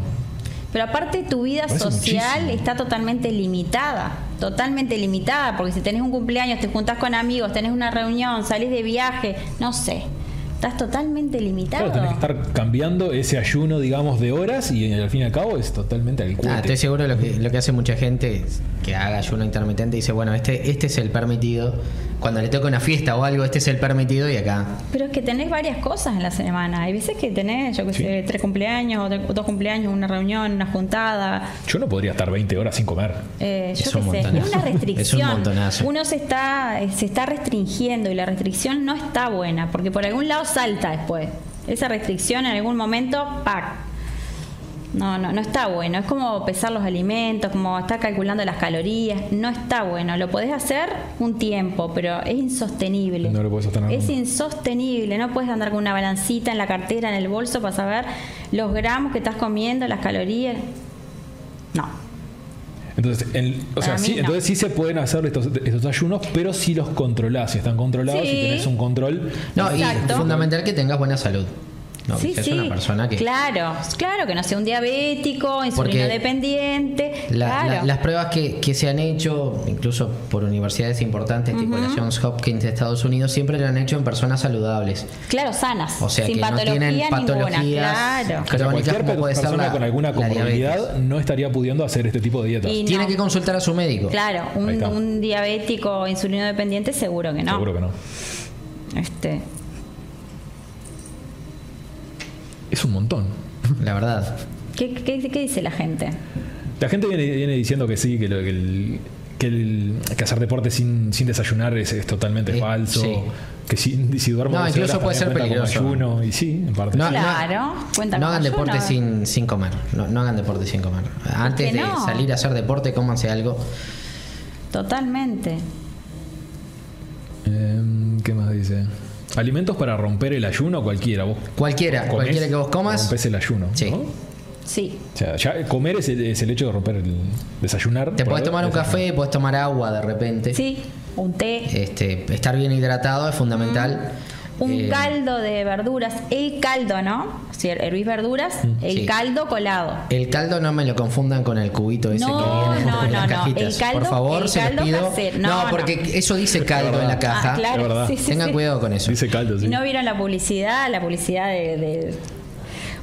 Pero aparte tu vida Parece social muchísimo. está totalmente limitada, totalmente limitada, porque si tenés un cumpleaños, te juntás con amigos, tenés una reunión, salís de viaje, no sé, estás totalmente limitado. Claro, tenés que estar cambiando ese ayuno, digamos, de horas y eh, al fin y al cabo es totalmente al Ah, cuete. estoy seguro lo que, lo que hace mucha gente es que haga ayuno intermitente dice, bueno, este, este es el permitido. Cuando le toca una fiesta o algo, este es el permitido y acá. Pero es que tenés varias cosas en la semana. Hay veces que tenés, yo qué Sí. sé, tres cumpleaños, o tres- o dos cumpleaños, una reunión, una juntada, Yo no podría estar 20 horas sin comer. Eh, Es yo un qué sé, montonazo. es una restricción. Es un montonazo. Uno se está, eh, se está restringiendo y la restricción no está buena, porque por algún lado salta después. Esa restricción en algún momento, ¡pac! No, no, no está bueno. Es como pesar los alimentos, como estar calculando las calorías. No está bueno. Lo podés hacer un tiempo, pero es insostenible. No lo podés sostener Es nunca. insostenible. No puedes andar con una balancita en la cartera, en el bolso, para saber los gramos que estás comiendo, las calorías. No. Entonces, en- o sea, Para mí sí, no. entonces sí se pueden hacer estos, estos ayunos, pero si los controlás, si están controlados, Sí. si tenés un control. No, y Exacto. fundamental que tengas buena salud. No, Sí, que seas sí, una persona que... Claro, claro, que no sea un diabético, insulino dependiente. La- claro. la- las pruebas que, que se han hecho, incluso por universidades importantes, tipo la Johns Hopkins de Estados Unidos, siempre lo han hecho en personas saludables. Claro, sanas. O sea, sin que no patología tienen ninguna. patologías. Claro. O sea, crónicas, cualquier como pe- puede ser persona la- con alguna la comorbilidad diabetes. no estaría pudiendo hacer este tipo de dietas. Y Tiene no. que consultar a su médico. Claro, Ahí un, está. un diabético insulino dependiente seguro que no. Seguro que no. Este, Es un montón. La verdad. ¿qué, qué, qué dice la gente? La gente viene, viene diciendo que sí, que, lo- que el, que el- que hacer deporte sin, sin desayunar es, es totalmente Eh, falso. sí. Que si, si duermo No, doce incluso horas puede ser también cuenta como peligroso. ayuno. Y sí, en parte. No, sí. Claro, cuenta no con hagan ayuno. deporte sin, sin comer. No, no hagan deporte sin comer. Antes que de no. salir a hacer deporte, cómanse algo. Totalmente. Em, ¿Qué más dice? Alimentos para romper el ayuno cualquiera. Vos Cualquiera, comés, cualquiera que vos comas. Rompes el ayuno. Sí. ¿no? Sí. O sea, ya comer es el, es el hecho de romper el desayunar. Te por podés ahí, tomar un desayunar. café, podés tomar agua de repente. Sí, un té, Este, estar bien hidratado es fundamental. Mm. un Eh, caldo de verduras, el caldo, ¿no? Si hervís verduras, el Mm, Sí. caldo colado. El caldo no me lo confundan con el cubito ese No, que viene no, en las no, no. cajitas. El caldo- Por favor, el se los caldo pido. casero. No, No, porque no. eso dice caldo en la caja. Ah, Es verdad. claro. Sí, sí, Tengan sí. cuidado con eso. Dice caldo, sí. ¿Y no vieron la publicidad? La publicidad de... de-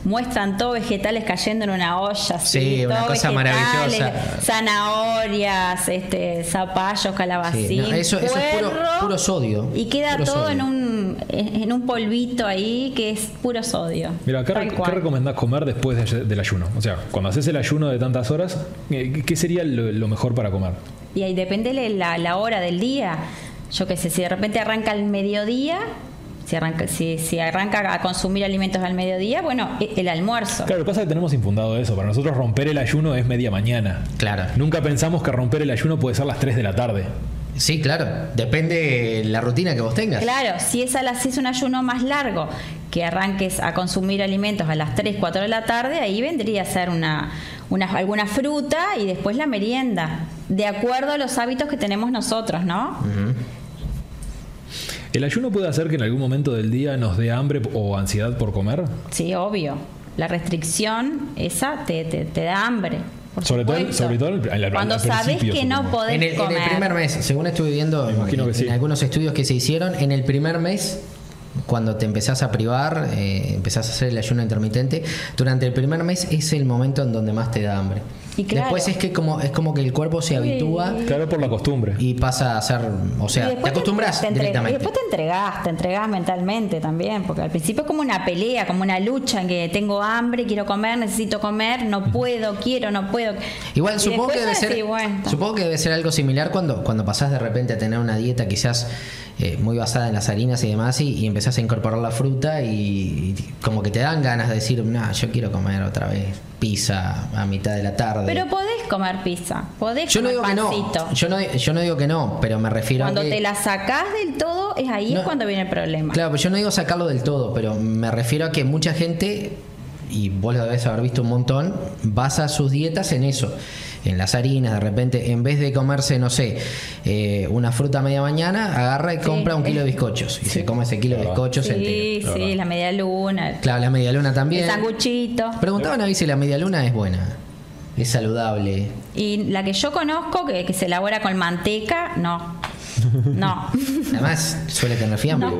muestran todo vegetales cayendo en una olla. así, Sí, una todo cosa vegetales, maravillosa. Zanahorias, este, zapallos, calabacín, Sí, no, eso- eso es puro- puerro, puro sodio, Y queda puro todo sodio. en un en un polvito ahí que es puro sodio. Mira, ¿qué, Tal re- ¿qué cual. recomendás comer después de- del ayuno? O sea, cuando haces el ayuno de tantas horas, eh, ¿qué sería lo, lo mejor para comer? Y ahí depende le- la, la hora del día. Yo qué sé, si de repente arranca al mediodía, si arranca, si, si arranca a consumir alimentos al mediodía, bueno, e- el almuerzo. Claro, lo que pasa es que tenemos infundado eso. Para nosotros romper el ayuno es media mañana. Claro. Nunca pensamos que romper el ayuno puede ser las 3 de la tarde. Sí, claro. Depende la rutina que vos tengas. Claro, si es, a las, si es un ayuno más largo, que arranques a consumir alimentos a las 3, 4 de la tarde, ahí vendría a ser una, una, alguna fruta y después la merienda, de acuerdo a los hábitos que tenemos nosotros, ¿no? ¿El ayuno puede hacer que en algún momento del día nos dé hambre o ansiedad por comer? Sí, obvio. La restricción esa te, te, te da hambre. por Sobre todo- supuesto. sobre todo al- al- cuando al sabes principio, que no supongo. podés En el, en el comer. primer mes, según estuve viendo imagino en, que sí. en algunos estudios que se hicieron, en el primer mes, cuando te empezás a privar, eh, empezás a hacer el ayuno intermitente, durante el primer mes es el momento en donde más te da hambre. Y claro. Después es que como es como que el cuerpo se habitúa Claro, por la costumbre. y pasa a ser, o Y sea, te después acostumbras te entre- Y directamente. después te entregás, te entregás mentalmente también, porque al principio es como una pelea, como una lucha en que tengo hambre, quiero comer, necesito comer, no puedo, quiero, no puedo. Igual Y supongo que, debe después ya ser, decís, bueno, está. supongo que debe ser algo similar cuando, cuando pasás de repente a tener una dieta quizás eh, muy basada en las harinas y demás y, y empezás a incorporar la fruta y, y como que te dan ganas de decir, no, yo quiero comer otra vez pizza a mitad de la tarde. Pero podés comer pizza, podés yo no comer digo que pancito. no, yo no, yo no digo que no, pero me refiero cuando a que... te la sacás del todo, es ahí No. es cuando viene el problema. Claro, pero yo no digo sacarlo del todo, pero me refiero a que mucha gente, y vos lo debes haber visto un montón, basa sus dietas en eso, en las harinas, de repente, en vez de comerse, no sé, eh, una fruta a media mañana, agarra y compra un kilo de bizcochos. Y se come ese kilo de Claro. bizcochos entero. sí, sí, la media luna, el- Claro, la media luna el también. sanguchito. Preguntaban a mí si la media luna es buena, es saludable. Y la que yo conozco, que, que se elabora con manteca, no. No. Además, suele tener fiambre. No,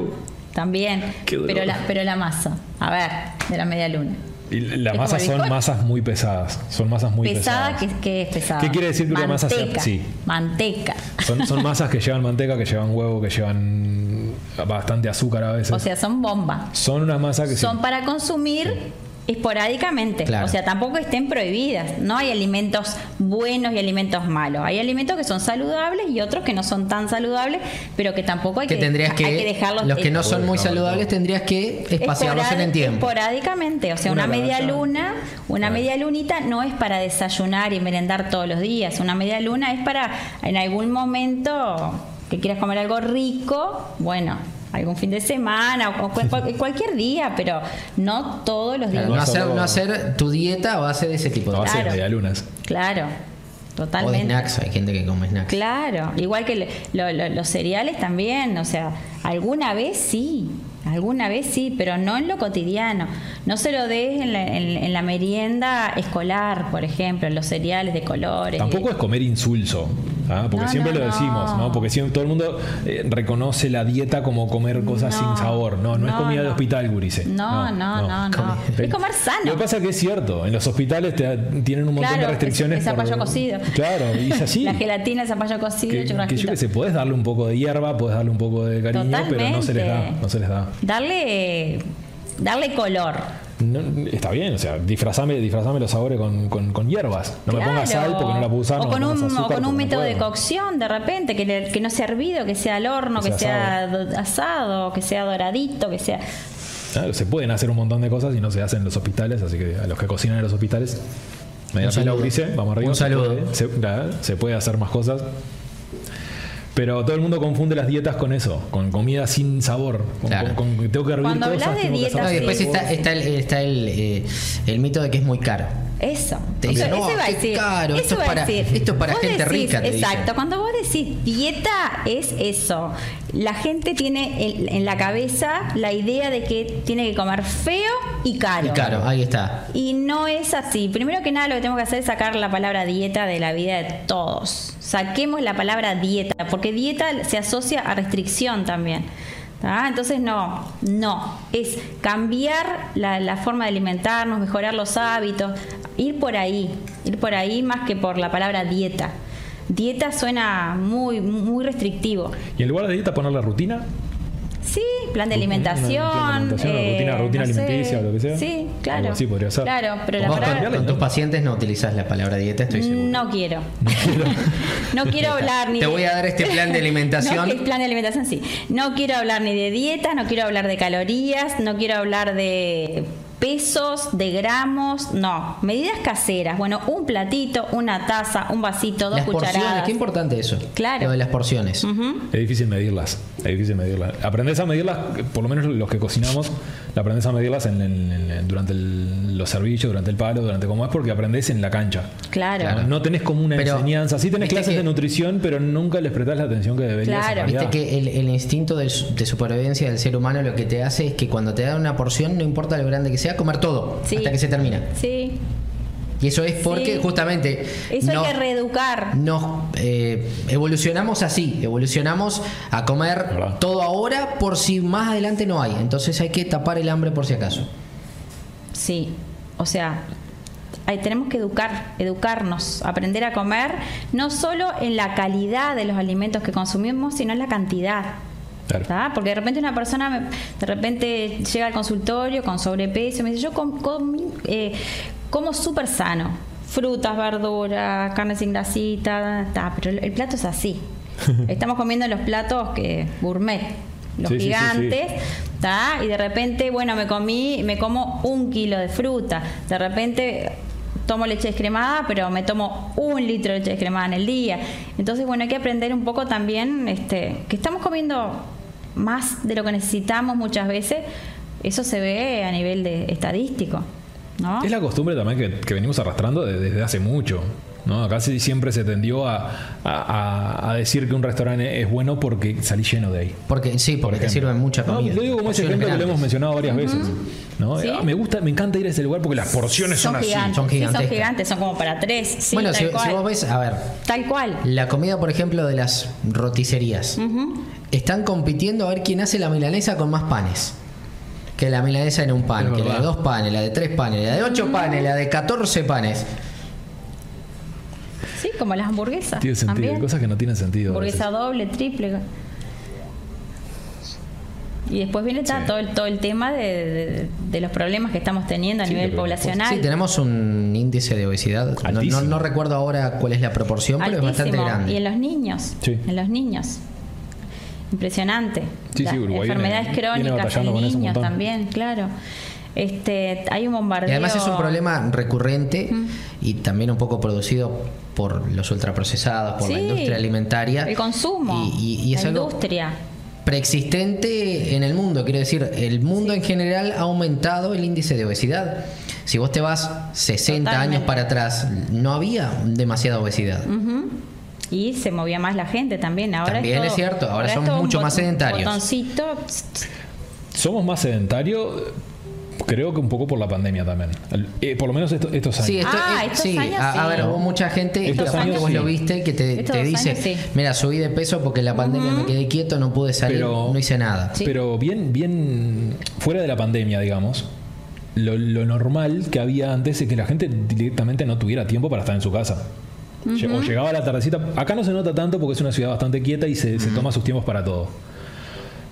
también. Qué dolor. Pero la, pero la masa, a ver, de la media luna. Y las Es masas como el son bizcocho. masas muy pesadas. Son masas muy pesada, pesadas. que, que es pesada. ¿Qué quiere decir que una masa sea- Manteca, sí. Manteca. Son, son masas que llevan manteca, que llevan huevo, que llevan bastante azúcar a veces. O sea, son bombas. son unas masas que sí. Son para consumir esporádicamente. Claro. O sea, tampoco estén prohibidas. No hay alimentos buenos y alimentos malos. Hay alimentos que son saludables y otros que no son tan saludables, pero que tampoco hay Que que, tendrías que, hay que dejarlos los que no eh, son muy Bueno, saludables tendrías que espaciarlos en Esporádi- el tiempo. Esporádicamente, o sea, Una una, media lata. luna, una Claro. media lunita no es para desayunar y merendar todos los días, una media luna es para en algún momento que quieras comer algo rico, bueno, algún fin de semana o cu- cu- cualquier día, pero no todos los días. No, No hacer, solo- no hacer tu dieta a base de ese tipo de a cosas. base de claro. medialunas. Claro, O de totalmente. snacks, hay gente que come snacks. Claro, igual que le- lo- lo- los cereales también, o sea, alguna vez sí, alguna vez sí, pero no en lo cotidiano. No se lo des en la, en- en la merienda escolar, por ejemplo, los cereales de colores. Tampoco es comer insulso, ¿ah? porque No, siempre no, lo no. decimos, ¿no? Porque siempre todo el mundo eh, reconoce la dieta como comer cosas No, sin sabor. No, no, es no, comida de no. hospital, gurice. No, no, no, no. Es comer Lo sano. que pasa es que es cierto, en los hospitales te- tienen un montón Claro, de restricciones. es- es zapallo cocido. Claro, y es así. La gelatina, el zapallo cocido, que, el que yo churrasquito. que sé, podés darle un poco de hierba, podés darle un poco de cariño, pero no se les da, Totalmente. no se les da. Darle, darle color. No, está bien, o sea, disfrazame, disfrazame los sabores con, con- con hierbas. No me Claro. pongas sal porque no la puedo usar. no O me con un, pongas azúcar o con porque un no método de puedo. cocción de repente, que, le- que no sea hervido, que sea al horno, Que que, sea sea, do- asado, que sea doradito, que sea... Claro, se pueden hacer un montón de cosas y no se hacen en los hospitales, así que a los que cocinan en los hospitales, media Un pila, saludo. Ulises, vamos arriba. Un se saludo. puede, Se, nada, se puede hacer más cosas. Pero todo el mundo confunde las dietas con eso, con comida sin sabor. Con, Claro. con- con- tengo que hervir Cuando cosas, hablas de tengo que hacer dietas, No, y cosas. después Sí. está, está el, está el, eh, el mito de que es muy caro. Eso. Te eso, dicen, eso "No, iba a qué decir. caro, eso esto es iba a para- decir. esto es para Vos gente decís- rica, te dicen. Exacto. Cuando vos decís dieta es eso. La gente tiene en, en la cabeza la idea de que tiene que comer feo y caro. Y caro, ahí está. Y no es así. Primero que nada, lo que tenemos que hacer es sacar la palabra dieta de la vida de todos. Saquemos la palabra dieta, porque dieta se asocia a restricción también. ¿tá? Entonces, no, no. Es cambiar la, la forma de alimentarnos, mejorar los hábitos, ir por ahí, ir por ahí más que por la palabra dieta. Dieta suena muy, muy restrictivo. Y en lugar de dieta, poner la rutina. Sí, plan de Rutina, plan alimentación. de alimentación, eh, rutina- rutina sé. alimenticia o lo que sea. Sí, claro. Algo así podría ser. Claro, pero la Vos palabra. con, con tus pacientes no utilizas la palabra dieta, estoy seguro. No quiero. no quiero hablar ni Te de- voy a dar este plan de No, alimentación. que es plan de alimentación sí. No quiero hablar ni de dietas, no quiero hablar de calorías, no quiero hablar de pesos, de gramos, no, medidas caseras. Bueno, un platito, una taza, un vasito, dos las porciones, cucharadas. qué importante eso. Claro. Mm. Lo de las porciones. Es difícil medirlas. Es difícil medirlas. Aprendes a medirlas, por lo menos los que cocinamos, la aprendes a medirlas en- en- en- durante el- los servicios, durante el palo, durante cómo es, porque aprendes en la cancha. Claro. Claro. No tenés como una Pero, enseñanza. Sí tenés viste clases que- de nutrición, pero nunca les prestás la atención que deberías. Claro. en Viste realidad. que el, el instinto del su- de, supervivencia del ser humano lo que te hace es que cuando te dan una porción, no importa lo grande que sea, comer todo Sí. hasta que se termina. Sí. Y eso es porque Sí. justamente Eso no- hay que reeducar. nos eh, evolucionamos así, evolucionamos a comer ¿Verdad? todo ahora por si más adelante no hay. Entonces hay que tapar el hambre por si acaso. Sí, o sea, ahí tenemos que educar, educarnos, aprender a comer, no solo en la calidad de los alimentos que consumimos, sino en la cantidad. Claro. ¿tá? Porque de repente una persona me- de repente llega al consultorio con sobrepeso y me dice, yo com- comí, eh, como súper sano, frutas, verduras, carne sin grasita, ta, pero el, el plato es así. Estamos comiendo los platos que gourmet, los Sí, sí, sí, sí. gigantes, ¿tá? y de repente, bueno, me comí, me como un kilo de fruta, de repente tomo leche descremada, pero me tomo un litro de leche descremada en el día. Entonces, bueno, hay que aprender un poco también este, que estamos comiendo más de lo que necesitamos muchas veces. Eso se ve a nivel de estadístico, ¿no? Es la costumbre también que, que venimos arrastrando de- desde hace mucho. ¿no? Acá sí siempre se tendió a, a- a- a decir que un restaurante es bueno porque salí lleno de ahí. Porque sí, porque te ejemplo. sirven mucha No, comida. lo digo como ese Porciones ejemplo que lo hemos grandes. mencionado varias veces. ¿no? Sí. Ah, me gusta, me encanta ir a ese lugar porque las porciones son, así. gigantes, son sí, son gigantescas. gigantes, son como para tres. sí, bueno, tal si, cual. si vos ves, a ver, Tal cual. la comida, por ejemplo, de las Mm. roticerías, están compitiendo a ver quién hace la milanesa con más panes. Que la milanesa en un Es pan, que la de verdad. dos panes, la de tres panes, la de Mm. ocho panes, la de catorce panes. Sí, como las hamburguesas. Tiene sentido, también. hay cosas que no tienen sentido. a Hamburguesa doble, triple. Y después viene ta, todo, el, todo el tema de, de- de los problemas que estamos teniendo a Sí, nivel lo que- poblacional. Sí, tenemos un índice de obesidad. No- No, Altísimo. no recuerdo ahora cuál es la proporción, pero es bastante Altísimo. grande. Y en los niños. Sí. En los niños. Impresionante. Sí, Las sí, Uruguay enfermedades viene- viene crónicas batallando en con eso un niños montón. también, claro. Este, hay un bombardeo. Y además es un problema recurrente y también un poco producido por los ultraprocesados, por la Sí, industria alimentaria. El consumo. Y, y- y es la algo industria. preexistente en el mundo. Quiero decir, el mundo en general ha aumentado el índice de obesidad. Si vos te vas 60 años Totalmente. para atrás, no había demasiada obesidad. Y se movía más la gente también. Ahora También todo- es cierto, ahora somos todo un mucho más bot- sedentarios. botoncito, tss, tss, Somos más sedentarios, creo que un poco por la pandemia también. Al- eh, por lo menos esto- estos años. Sí, esto, Ah, eh, estos sí, años a, a sí. ver, hubo mucha gente, Estos capaz que años vos sí. lo viste, que te, Estos te dos dice, años sí. mira, subí de peso porque la pandemia me quedé quieto, no pude salir, Pero- no hice nada. Sí. Pero bien, bien fuera de la pandemia, digamos. Lo, lo normal que había antes es que la gente directamente no tuviera tiempo para estar en su casa. Lle- O llegaba a la tardecita. Acá no se nota tanto porque es una ciudad bastante quieta y se, se toma sus tiempos para todo.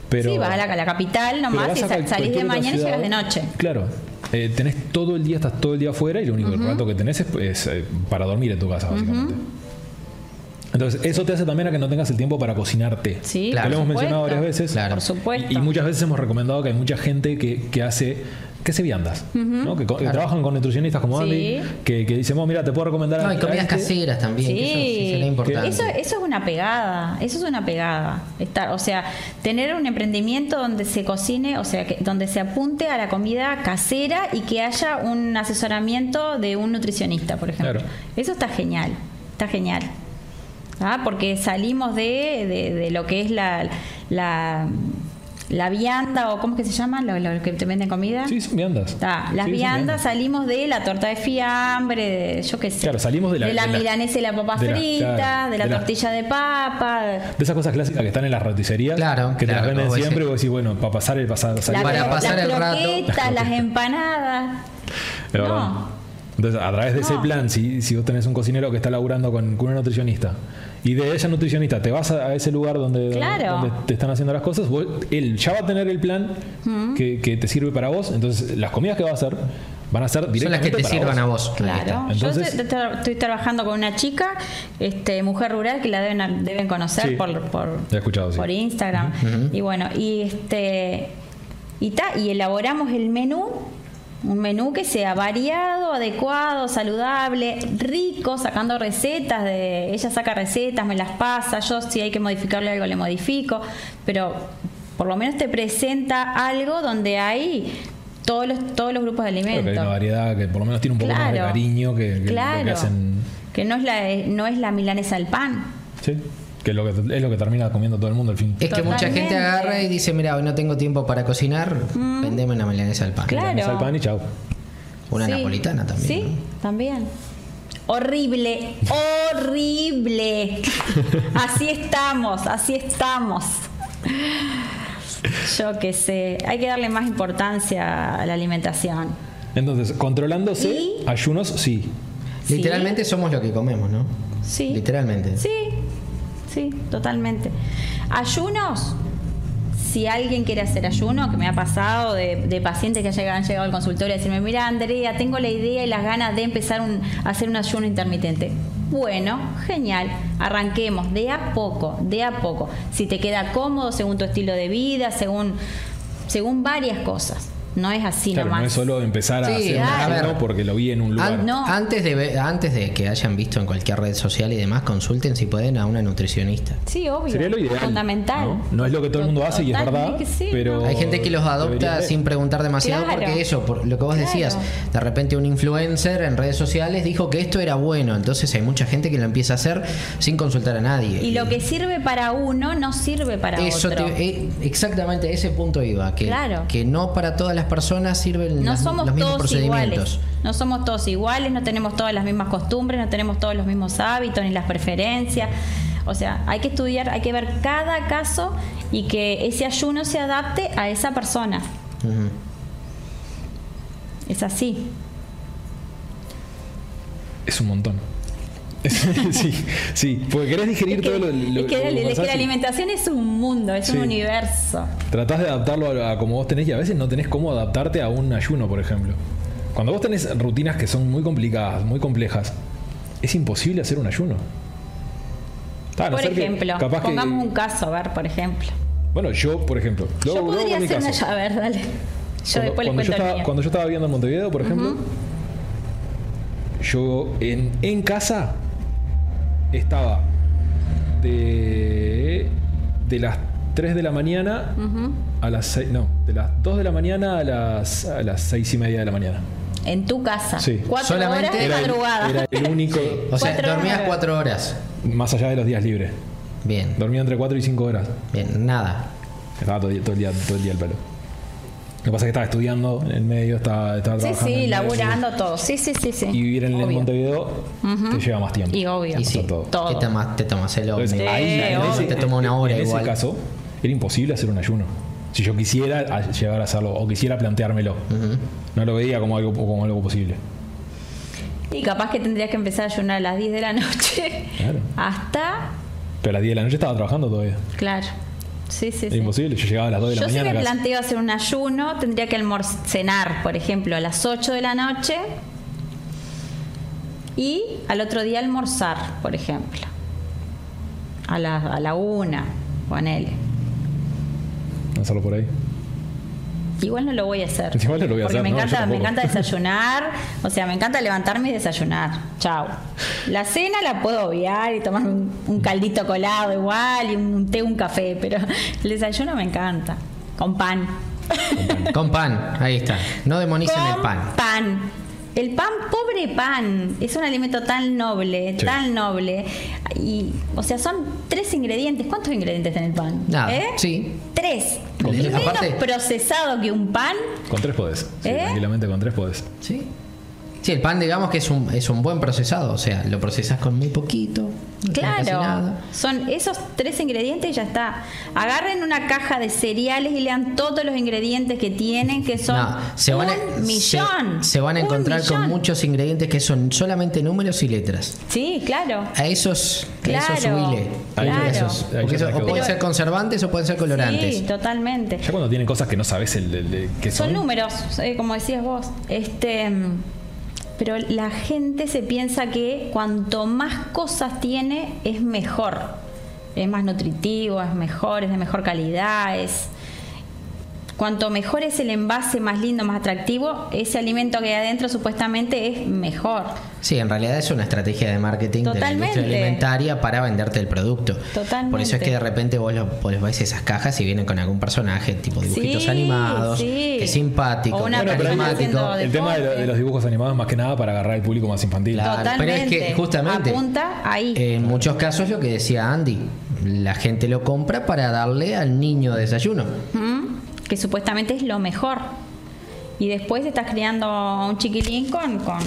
Pero, sí, vas a la, a la capital pero nomás vas y a sa- cual- salís cualquier de otra mañana y ciudad- llegas de noche. Claro. Eh, tenés todo el día, estás todo el día afuera y lo único rato que tenés es, es, eh, para dormir en tu casa, básicamente. Entonces, eso te hace también a que no tengas el tiempo para cocinarte. Sí, Que Claro. lo por hemos mencionado supuesto. varias veces. Claro. Por supuesto. Y, y muchas veces hemos recomendado que hay mucha gente que, que hace que hace viandas, ¿no? que, co- que trabajan con nutricionistas como Sí. Andy, que, que dicen, "Vos, mira, te puedo recomendar a- No, y a comidas este". caseras también, que eso sí será importante. Eso, eso es una pegada, eso es una pegada. Estar, o sea, tener un emprendimiento donde se cocine, o sea, que, donde se apunte a la comida casera y que haya un asesoramiento de un nutricionista, por ejemplo. Claro. Eso está genial, está genial. Ah, Porque salimos de, de- de lo que es la, la, la vianda o cómo es que se llama, lo, lo que te venden comida. Sí, son viandas. Está, Sí, Ah, las son viandas salimos de la torta de fiambre, de, yo qué sé. Claro, salimos de la- de la- milanesa y la papa de la- frita, claro, de la de la- tortilla de papa, De esas cosas clásicas que están en las roticerías, Claro, que claro, te las venden como siempre ese. y vos decís, bueno, para pasar el pasar, la- salir Para las pasar el rato. croquetas, las empanadas. La verdad. No. Entonces, a través de ese No. plan, si, si vos tenés un cocinero que está laburando con, con una nutricionista y de ella nutricionista te vas a, a ese lugar donde, Claro. donde te están haciendo las cosas, vos- él ya va a tener el plan Mm. que, que te sirve para vos. Entonces, las comidas que va a hacer van a ser Son las directamente que te para sirvan vos. a vos. ahí Claro. está. Entonces- Yo estoy, tra- estoy trabajando con una chica, este, mujer rural, que la deben, deben conocer Sí. por, por, La he escuchado, sí. por Instagram. Y bueno, y este y, ta, y elaboramos el menú un menú que sea variado, adecuado, saludable, rico, sacando recetas de ella saca recetas, me las pasa, yo si hay que modificarle algo le modifico, pero por lo menos te presenta algo donde hay todos los todos los grupos de Creo que hay una alimentos. variedad que por lo menos tiene un poco más de Claro. cariño que, que lo que Claro. hacen. Que no es la no es la milanesa al pan. Sí. Que es lo que, es lo que termina comiendo todo el mundo al fin. Es que mucha Totalmente. gente agarra y dice, mira, hoy no tengo tiempo para cocinar, vendeme una milanesa al pan. Claro. Milanesa al pan y chau. Una Sí. napolitana también. Sí, ¿no? también. Horrible, horrible. así estamos, así estamos. Yo qué sé, hay que darle más importancia a la alimentación. Entonces, controlándose, Y- ayunos sí. Sí. Literalmente somos lo que comemos, ¿no? Sí. Literalmente. Sí, sí, totalmente. Ayunos, si alguien quiere hacer ayuno, que me ha pasado de, de pacientes que llegan- han llegado al consultorio y decirme, mira Andrea, tengo la idea y las ganas de empezar un, hacer un ayuno intermitente. Bueno, genial. Arranquemos de a poco, de a poco. Si te queda cómodo según tu estilo de vida, según, según varias cosas. No es así Claro, nomás. no es solo empezar a Sí, hacer claro. un A ver. ayuno porque lo vi en un lugar. An- Ah, No. Antes, de ve- antes de que hayan visto en cualquier red social y demás, consulten si pueden a una nutricionista. Sí, obvio. Sería lo ideal. Fundamental. ¿no? No es lo que todo el mundo hace y es Totalmente verdad, que sí, pero- ¿no? Hay gente que los adopta Debería ser. sin preguntar demasiado Claro. porque eso, por lo que vos Claro. decías, de repente un influencer en redes sociales dijo que esto era bueno, entonces hay mucha gente que lo empieza a hacer sin consultar a nadie. Y lo que sirve para uno no sirve para Eh, Eso otro. te- eh, exactamente ese punto iba, que, Claro. que no para todas las personas sirven no las- somos los mismos todos procedimientos. iguales. No somos todos iguales, no tenemos todas las mismas costumbres, no tenemos todos los mismos hábitos ni las preferencias. O sea, hay que estudiar, hay que ver cada caso y que ese ayuno se adapte a esa persona. Ujú. Es así. Es un montón. sí, sí. Porque querés digerir Es que, todo lo, lo- es que lo la- es que pasás la y alimentación es un mundo, es Sí. un universo. Tratás de adaptarlo a, a como vos tenés y a veces no tenés cómo adaptarte a un ayuno, por ejemplo. Cuando vos tenés rutinas que son muy complicadas, muy complejas, es imposible hacer un ayuno. Ah, a no por ser que- ejemplo, capaz que- pongamos un caso, a ver, por ejemplo. Bueno, yo, por ejemplo. lo- Yo lo hago podría en mi hacer una... caso. A ver, dale. Yo cuando, después les cuando yo cuento el estaba, mío. cuando yo estaba viviendo en Montevideo, por ejemplo, yo en, en casa estaba de, de las 3 de la mañana a las 6, no, de las 2 de la mañana a las, a las 6 y media de la mañana. En tu casa. Sí. Cuatro Solamente horas de era el- madrugada. era el único, O sea, Cuatro horas dormías de- cuatro horas. más allá de los días libres. Bien, Dormía entre 4 y 5 horas. bien, nada. Estaba todo, el día- todo el día, todo el día al pelo. Lo que pasa es que estaba estudiando en el medio, estaba, estaba Sí, trabajando. en sí, el medio. laburando todo. Sí, sí, sí, sí. y vivir en el Obvio. Montevideo te lleva más tiempo. Y obvio. Y sí, Todo. Todo. Te, tomas, te tomas el ómnibus. Entonces, ahí, Sí, en obvio. ese- Te toma una hora en ese igual. caso, era imposible hacer un ayuno. Si yo quisiera a- llegar a hacerlo o quisiera planteármelo, no lo veía como algo, como algo posible. Y capaz que tendrías que empezar a ayunar a las 10 de la noche. Claro. Hasta. Pero a las 10 de la noche estaba trabajando todavía. Claro. Sí, sí, Era sí. imposible. Yo llegaba a las 2 de la Yo si mañana. me casi. planteo hacer un ayuno, tendría que almorcenar, por ejemplo, a las 8 de la noche y al otro día almorzar, por ejemplo. A la, a la una, ponele. Hacerlo por ahí. Igual no lo voy a hacer. Igual no lo voy a porque hacer, me no, yo encanta, me tampoco. encanta desayunar, o sea, me encanta levantarme y desayunar. Chao. La cena la puedo obviar y tomarme un, un caldito colado igual y un té, un café, pero el desayuno me encanta. Con pan. Con pan, ahí está. No demonicen Con el pan. pan. El pan, pobre pan, es un alimento tan noble, Sí. tan noble. Y, o sea, son tres ingredientes. ¿Cuántos ingredientes tiene el pan? Nada, ¿Eh? sí. Tres. Con Y tres. menos Aparte- procesado que un pan. Con tres podés. Sí, ¿Eh? Tranquilamente con tres podés. Sí. Sí, el pan digamos que es un, es un buen procesado, o sea, lo procesas con muy poquito. no tiene casi Claro, nada. son esos tres ingredientes y ya está. Agarren una caja de cereales y lean todos los ingredientes que tienen, que son No, se van, a, se- un millón. se van a Un encontrar con millón. muchos ingredientes que son solamente números y letras. Sí, claro. A esos, a esos Claro, subile. Ahí claro. ya- A esos. ahí ya Porque eso- tenés que o pueden buscar. ser conservantes o pueden ser colorantes. Sí, totalmente. Ya cuando tienen cosas que no sabes el, el- el- que son. Son números, eh, como decías vos. Este, mm, pero la gente se piensa que cuanto más cosas tiene es mejor, es más nutritivo, es mejor, es de mejor calidad, es Cuanto mejor es el envase, más lindo, más atractivo, ese alimento que hay adentro supuestamente es mejor. Sí, en realidad es una estrategia de marketing de la Totalmente. industria alimentaria para venderte el producto. Totalmente. Por eso es que de repente vos, lo, vos ves esas cajas y vienen con algún personaje, tipo dibujitos Sí, animados, sí. que es simpático, O una que es persona carismático. haciendo El tema de, lo- deporte. de los dibujos animados más que nada para agarrar al público más infantil. Claro, Pero es Totalmente. que justamente Apunta ahí. en muchos casos lo que decía Andy, la gente lo compra para darle al niño desayuno. ¿Mm? que supuestamente es lo mejor. Y después estás criando a un chiquilín con, con,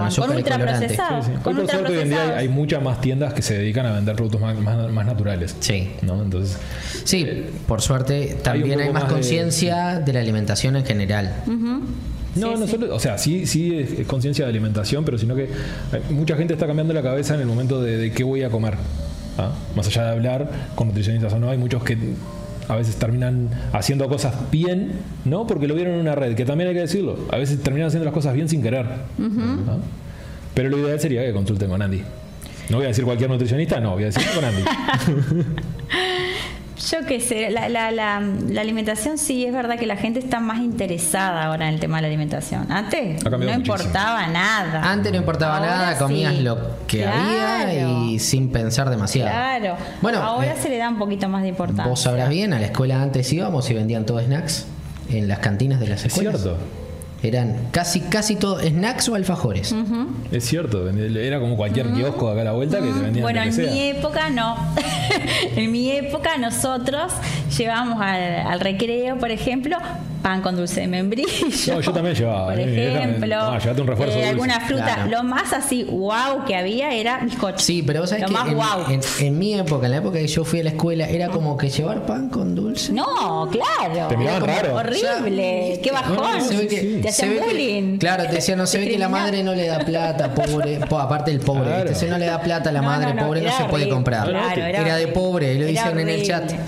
azúcar y ultraprocesado. Sí, sí. Hoy Con por suerte hoy en día hay, ultraprocesados. hay muchas más tiendas que se dedican a vender productos más, más- más naturales. Sí. ¿no? Entonces, Sí, por suerte también hay, poco más más de- conciencia de la alimentación en general. No, Sí, no sí. solo, o sea, sí, sí es, es conciencia de alimentación, pero sino que eh, mucha gente está cambiando la cabeza en el momento de, de qué voy a comer. ¿ah? Más allá de hablar con nutricionistas o no, hay muchos que a veces terminan haciendo cosas bien, ¿no? Porque lo vieron en una red, que también hay que decirlo. A veces terminan haciendo las cosas bien sin querer. ¿ah? Pero lo ideal sería que consulten con Andy. No voy a decir cualquier nutricionista, no, voy a decir con Andy. Yo qué sé, la, la- la- la alimentación sí es verdad que la gente está más interesada ahora en el tema de la alimentación. Antes Ha no cambiado muchísimo. importaba nada. Antes no importaba Ahora nada, comías sí. lo que Claro. había y sin pensar demasiado. Claro. Bueno, ahora eh, se le da un poquito más de importancia. Vos sabrás bien, a la escuela antes íbamos y vendían todo snacks en las cantinas de las es escuelas. cierto, Eran casi, casi todo snacks o alfajores. es cierto. Era como cualquier kiosco de acá a la vuelta que te vendían Mm. Bueno, lo que en sea. mi época no. en mi época nosotros llevábamos al, al recreo, por ejemplo, pan con dulce de membrillo. No, yo también llevaba, Por eh, mi vieja me- ejemplo, eh, Ah, llévate un refuerzo dulce. alguna fruta. Claro. Lo más así wow que había era bizcocho. Sí, pero vos sabés Lo que más en, guau. en- en mi época, en la época que yo fui a la escuela, era como que llevar pan con dulce. No, claro. Te miraban Era como raro. Horrible. Qué bajón. No, no, se ve que- Te se ve hacían que- bullying. claro, te decían, no se ve que la madre no le da plata, pobre. Po, aparte el pobre, Claro. ¿viste? si no le da plata a la No, madre, no, no, pobre, no era se puede horrible, comprar. claro, era, era de horrible. pobre, lo Era dicen en el chat. horrible.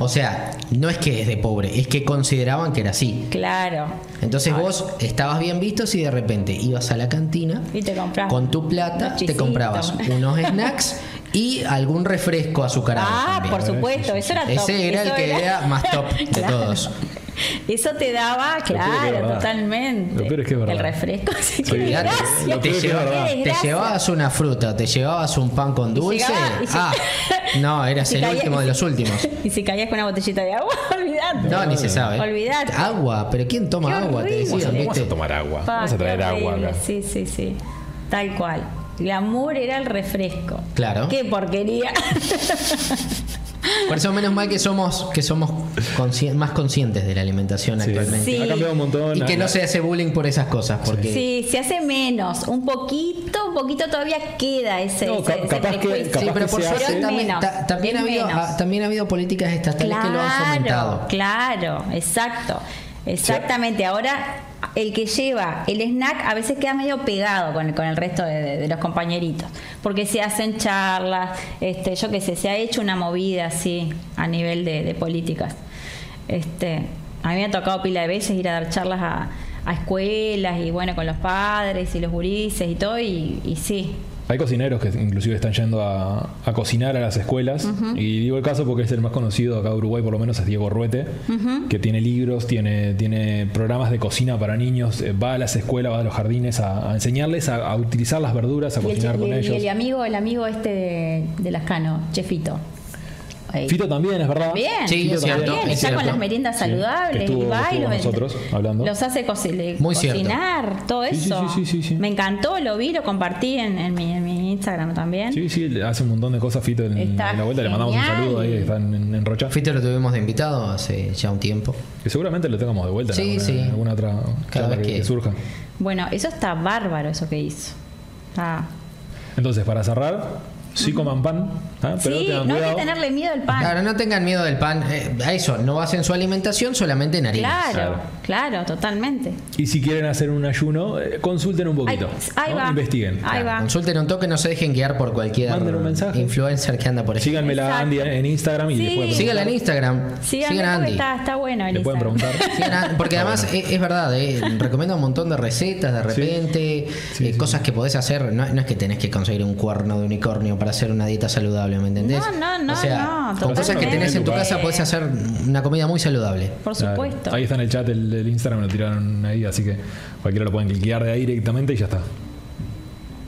O sea, no es que es de pobre, es que consideraban que era así. Claro. Entonces vos estabas bien visto si de repente ibas a la cantina Y te comprabas con tu plata, unos te chisitos. comprabas unos snacks y algún refresco azucarado. Ah, también. por supuesto, eso era top. Ese era el eso que era más top de Claro. todos. Eso te peor daba, es que es claro, verdad. totalmente. Lo peor es que es verdad. El refresco. sí, qué Olvidate. desgracia. te, Lo peor es que es lleva- verdad. Qué te desgracia. llevabas una fruta, te llevabas un pan con dulce. llegaba- y si- ah, no, eras si el caía- último de los últimos. Y si caías con una botellita de agua, olvidate. No, ni se sabe. Olvidate. Agua, pero ¿quién toma Qué agua? Te horrible. decían, ¿Cómo vas ¿viste? a tomar agua? Pa, Vamos a traer qué agua horrible. acá. Sí, sí, sí. Tal cual. Glamour era el refresco. Claro. Qué porquería. Por eso menos mal que somos que somos consci- más conscientes de la alimentación Sí. actualmente. Sí. Ha cambiado un montón. Y que La- no se hace bullying por esas cosas, porque Sí, se hace menos. Un poquito, un poquito todavía queda ese. No, ese- ca- ese capaz que- prejuicio. Sí, capaz pero que por se suerte hace. también, Menos, ta- también, ha bien habido, menos. ah, también ha habido políticas estatales que lo han fomentado. Claro, exacto. Exactamente. Ahora, el que lleva el snack a veces queda medio pegado con, con el resto de, de- de los compañeritos. Porque se hacen charlas, este, yo qué sé, se ha hecho una movida así a nivel de, de políticas. Este, a mí me ha tocado pila de veces ir a dar charlas a, a escuelas y bueno, con los padres y los gurises y todo, y, y sí. Hay cocineros que inclusive están yendo a, a cocinar a las escuelas. Y digo el caso porque es el más conocido acá de Uruguay, por lo menos es Diego Ruete, que tiene libros, tiene, tiene programas de cocina para niños, eh, va a las escuelas, va a los jardines a, a enseñarles a, a utilizar las verduras, a Y el, cocinar che- con y el- y ellos. el amigo, el amigo este de, de las Cano, Chefito. Ahí. Fito también, es verdad. Bien, Sí, Fito es cierto, también, es está cierto. con las meriendas Sí, que saludables estuvo- y va y estuvo lo con vende. nosotros hablando. los hace co- le- Muy cierto. cocinar, todo Sí, sí, eso. sí, sí, sí, sí. Me encantó, lo vi, lo compartí en, en mi, en mi Instagram también. Sí, sí, le hace un montón de cosas Fito en, Está en la vuelta. Le mandamos un genial. saludo ahí, está en, en Rocha. Fito lo tuvimos de invitado hace ya un tiempo. Que seguramente lo tengamos de vuelta Sí, en alguna, sí. en alguna otra charla vez que, que- que surja. Bueno, eso está bárbaro eso que hizo. Está- Entonces, para cerrar, sí coman pan, ¿ah? pero sí, tengan no hay cuidado. que tenerle miedo al pan. Claro, no tengan miedo del pan. eh, a eso, no basen su alimentación solamente en harina. Claro. Claro. Claro, totalmente. Y si quieren hacer un ayuno, eh, consulten un poquito. Ahí- ahí ¿no? va. Investiguen. Ahí va. Consulten un toque, no se dejen guiar por cualquier Manden un mensaje. influencer que anda por ahí. Síganme la Exacto. Andy en Instagram y Sí. después le Síganla en Instagram. Síganme Sigan a porque Andy. está, está bueno el le pueden Instagram. preguntar. Sigan a- Porque además es, es verdad, eh, recomienda un montón de recetas de repente, Sí, eh, sí, cosas que podés hacer. No, no es que tenés que conseguir un cuerno de unicornio para hacer una dieta saludable, ¿me entendés? No, no, no, O sea, no, con cosas que totalmente. tenés en tu casa podés hacer una comida muy saludable. Por Claro. supuesto. Ahí está en el chat el, el Instagram, lo tiraron ahí, así que cualquiera lo pueden cliquear de ahí directamente y ya está.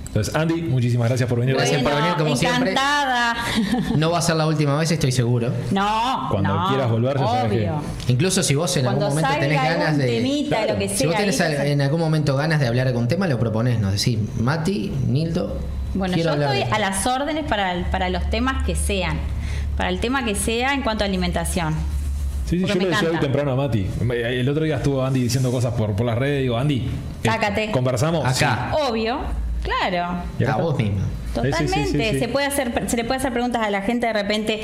Entonces, Andy, muchísimas gracias por venir. Bueno. Gracias por venir, como siempre. encantada. No va a ser la última vez, estoy seguro. No, Cuando no, quieras volver, ya sabes que- obvio. Incluso si vos en Cuando algún momento tenés salga ganas algún de. temita, Claro. lo que sea. Si vos tenés ahí- al- en algún momento ganas de hablar algún tema, lo proponés, nos decís, Mati, Nildo. Bueno, quiero yo hablar estoy de- a las órdenes para, para los temas que sean. Para el tema que sea en cuanto a alimentación. Sí, sí, yo Porque me le decía hoy encanta. temprano a Mati. Me- El otro día estuvo Andy diciendo cosas por, por las redes. Digo, Andy, eh, Sácate. ¿Conversamos? Acá. Obvio, claro. Y acá A vos estamos. misma. Sí, sí, sí, sí, Totalmente. sí. Se, puede hacer, se le puede hacer preguntas a la gente de repente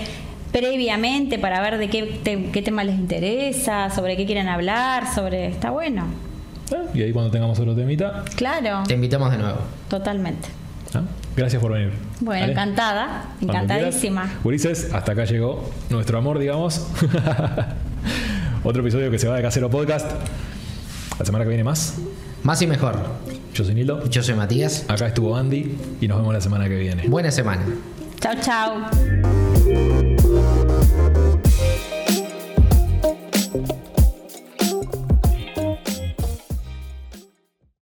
previamente para ver de qué, te- qué tema les interesa, sobre qué quieren hablar, sobre... Está bueno. Ah, Y ahí cuando tengamos otro temita. Claro, Te invitamos de nuevo. totalmente. ah, Gracias por venir. Bueno, ¿Vale? encantada, Cuando encantadísima. quieras. Ulises, hasta acá llegó nuestro amor, digamos. otro episodio que se va de Casero Podcast. La semana que viene más. Más y mejor. Yo soy Nilo. Yo soy Matías. Acá estuvo Andy y nos vemos la semana que viene. Buena semana. Chao, chao.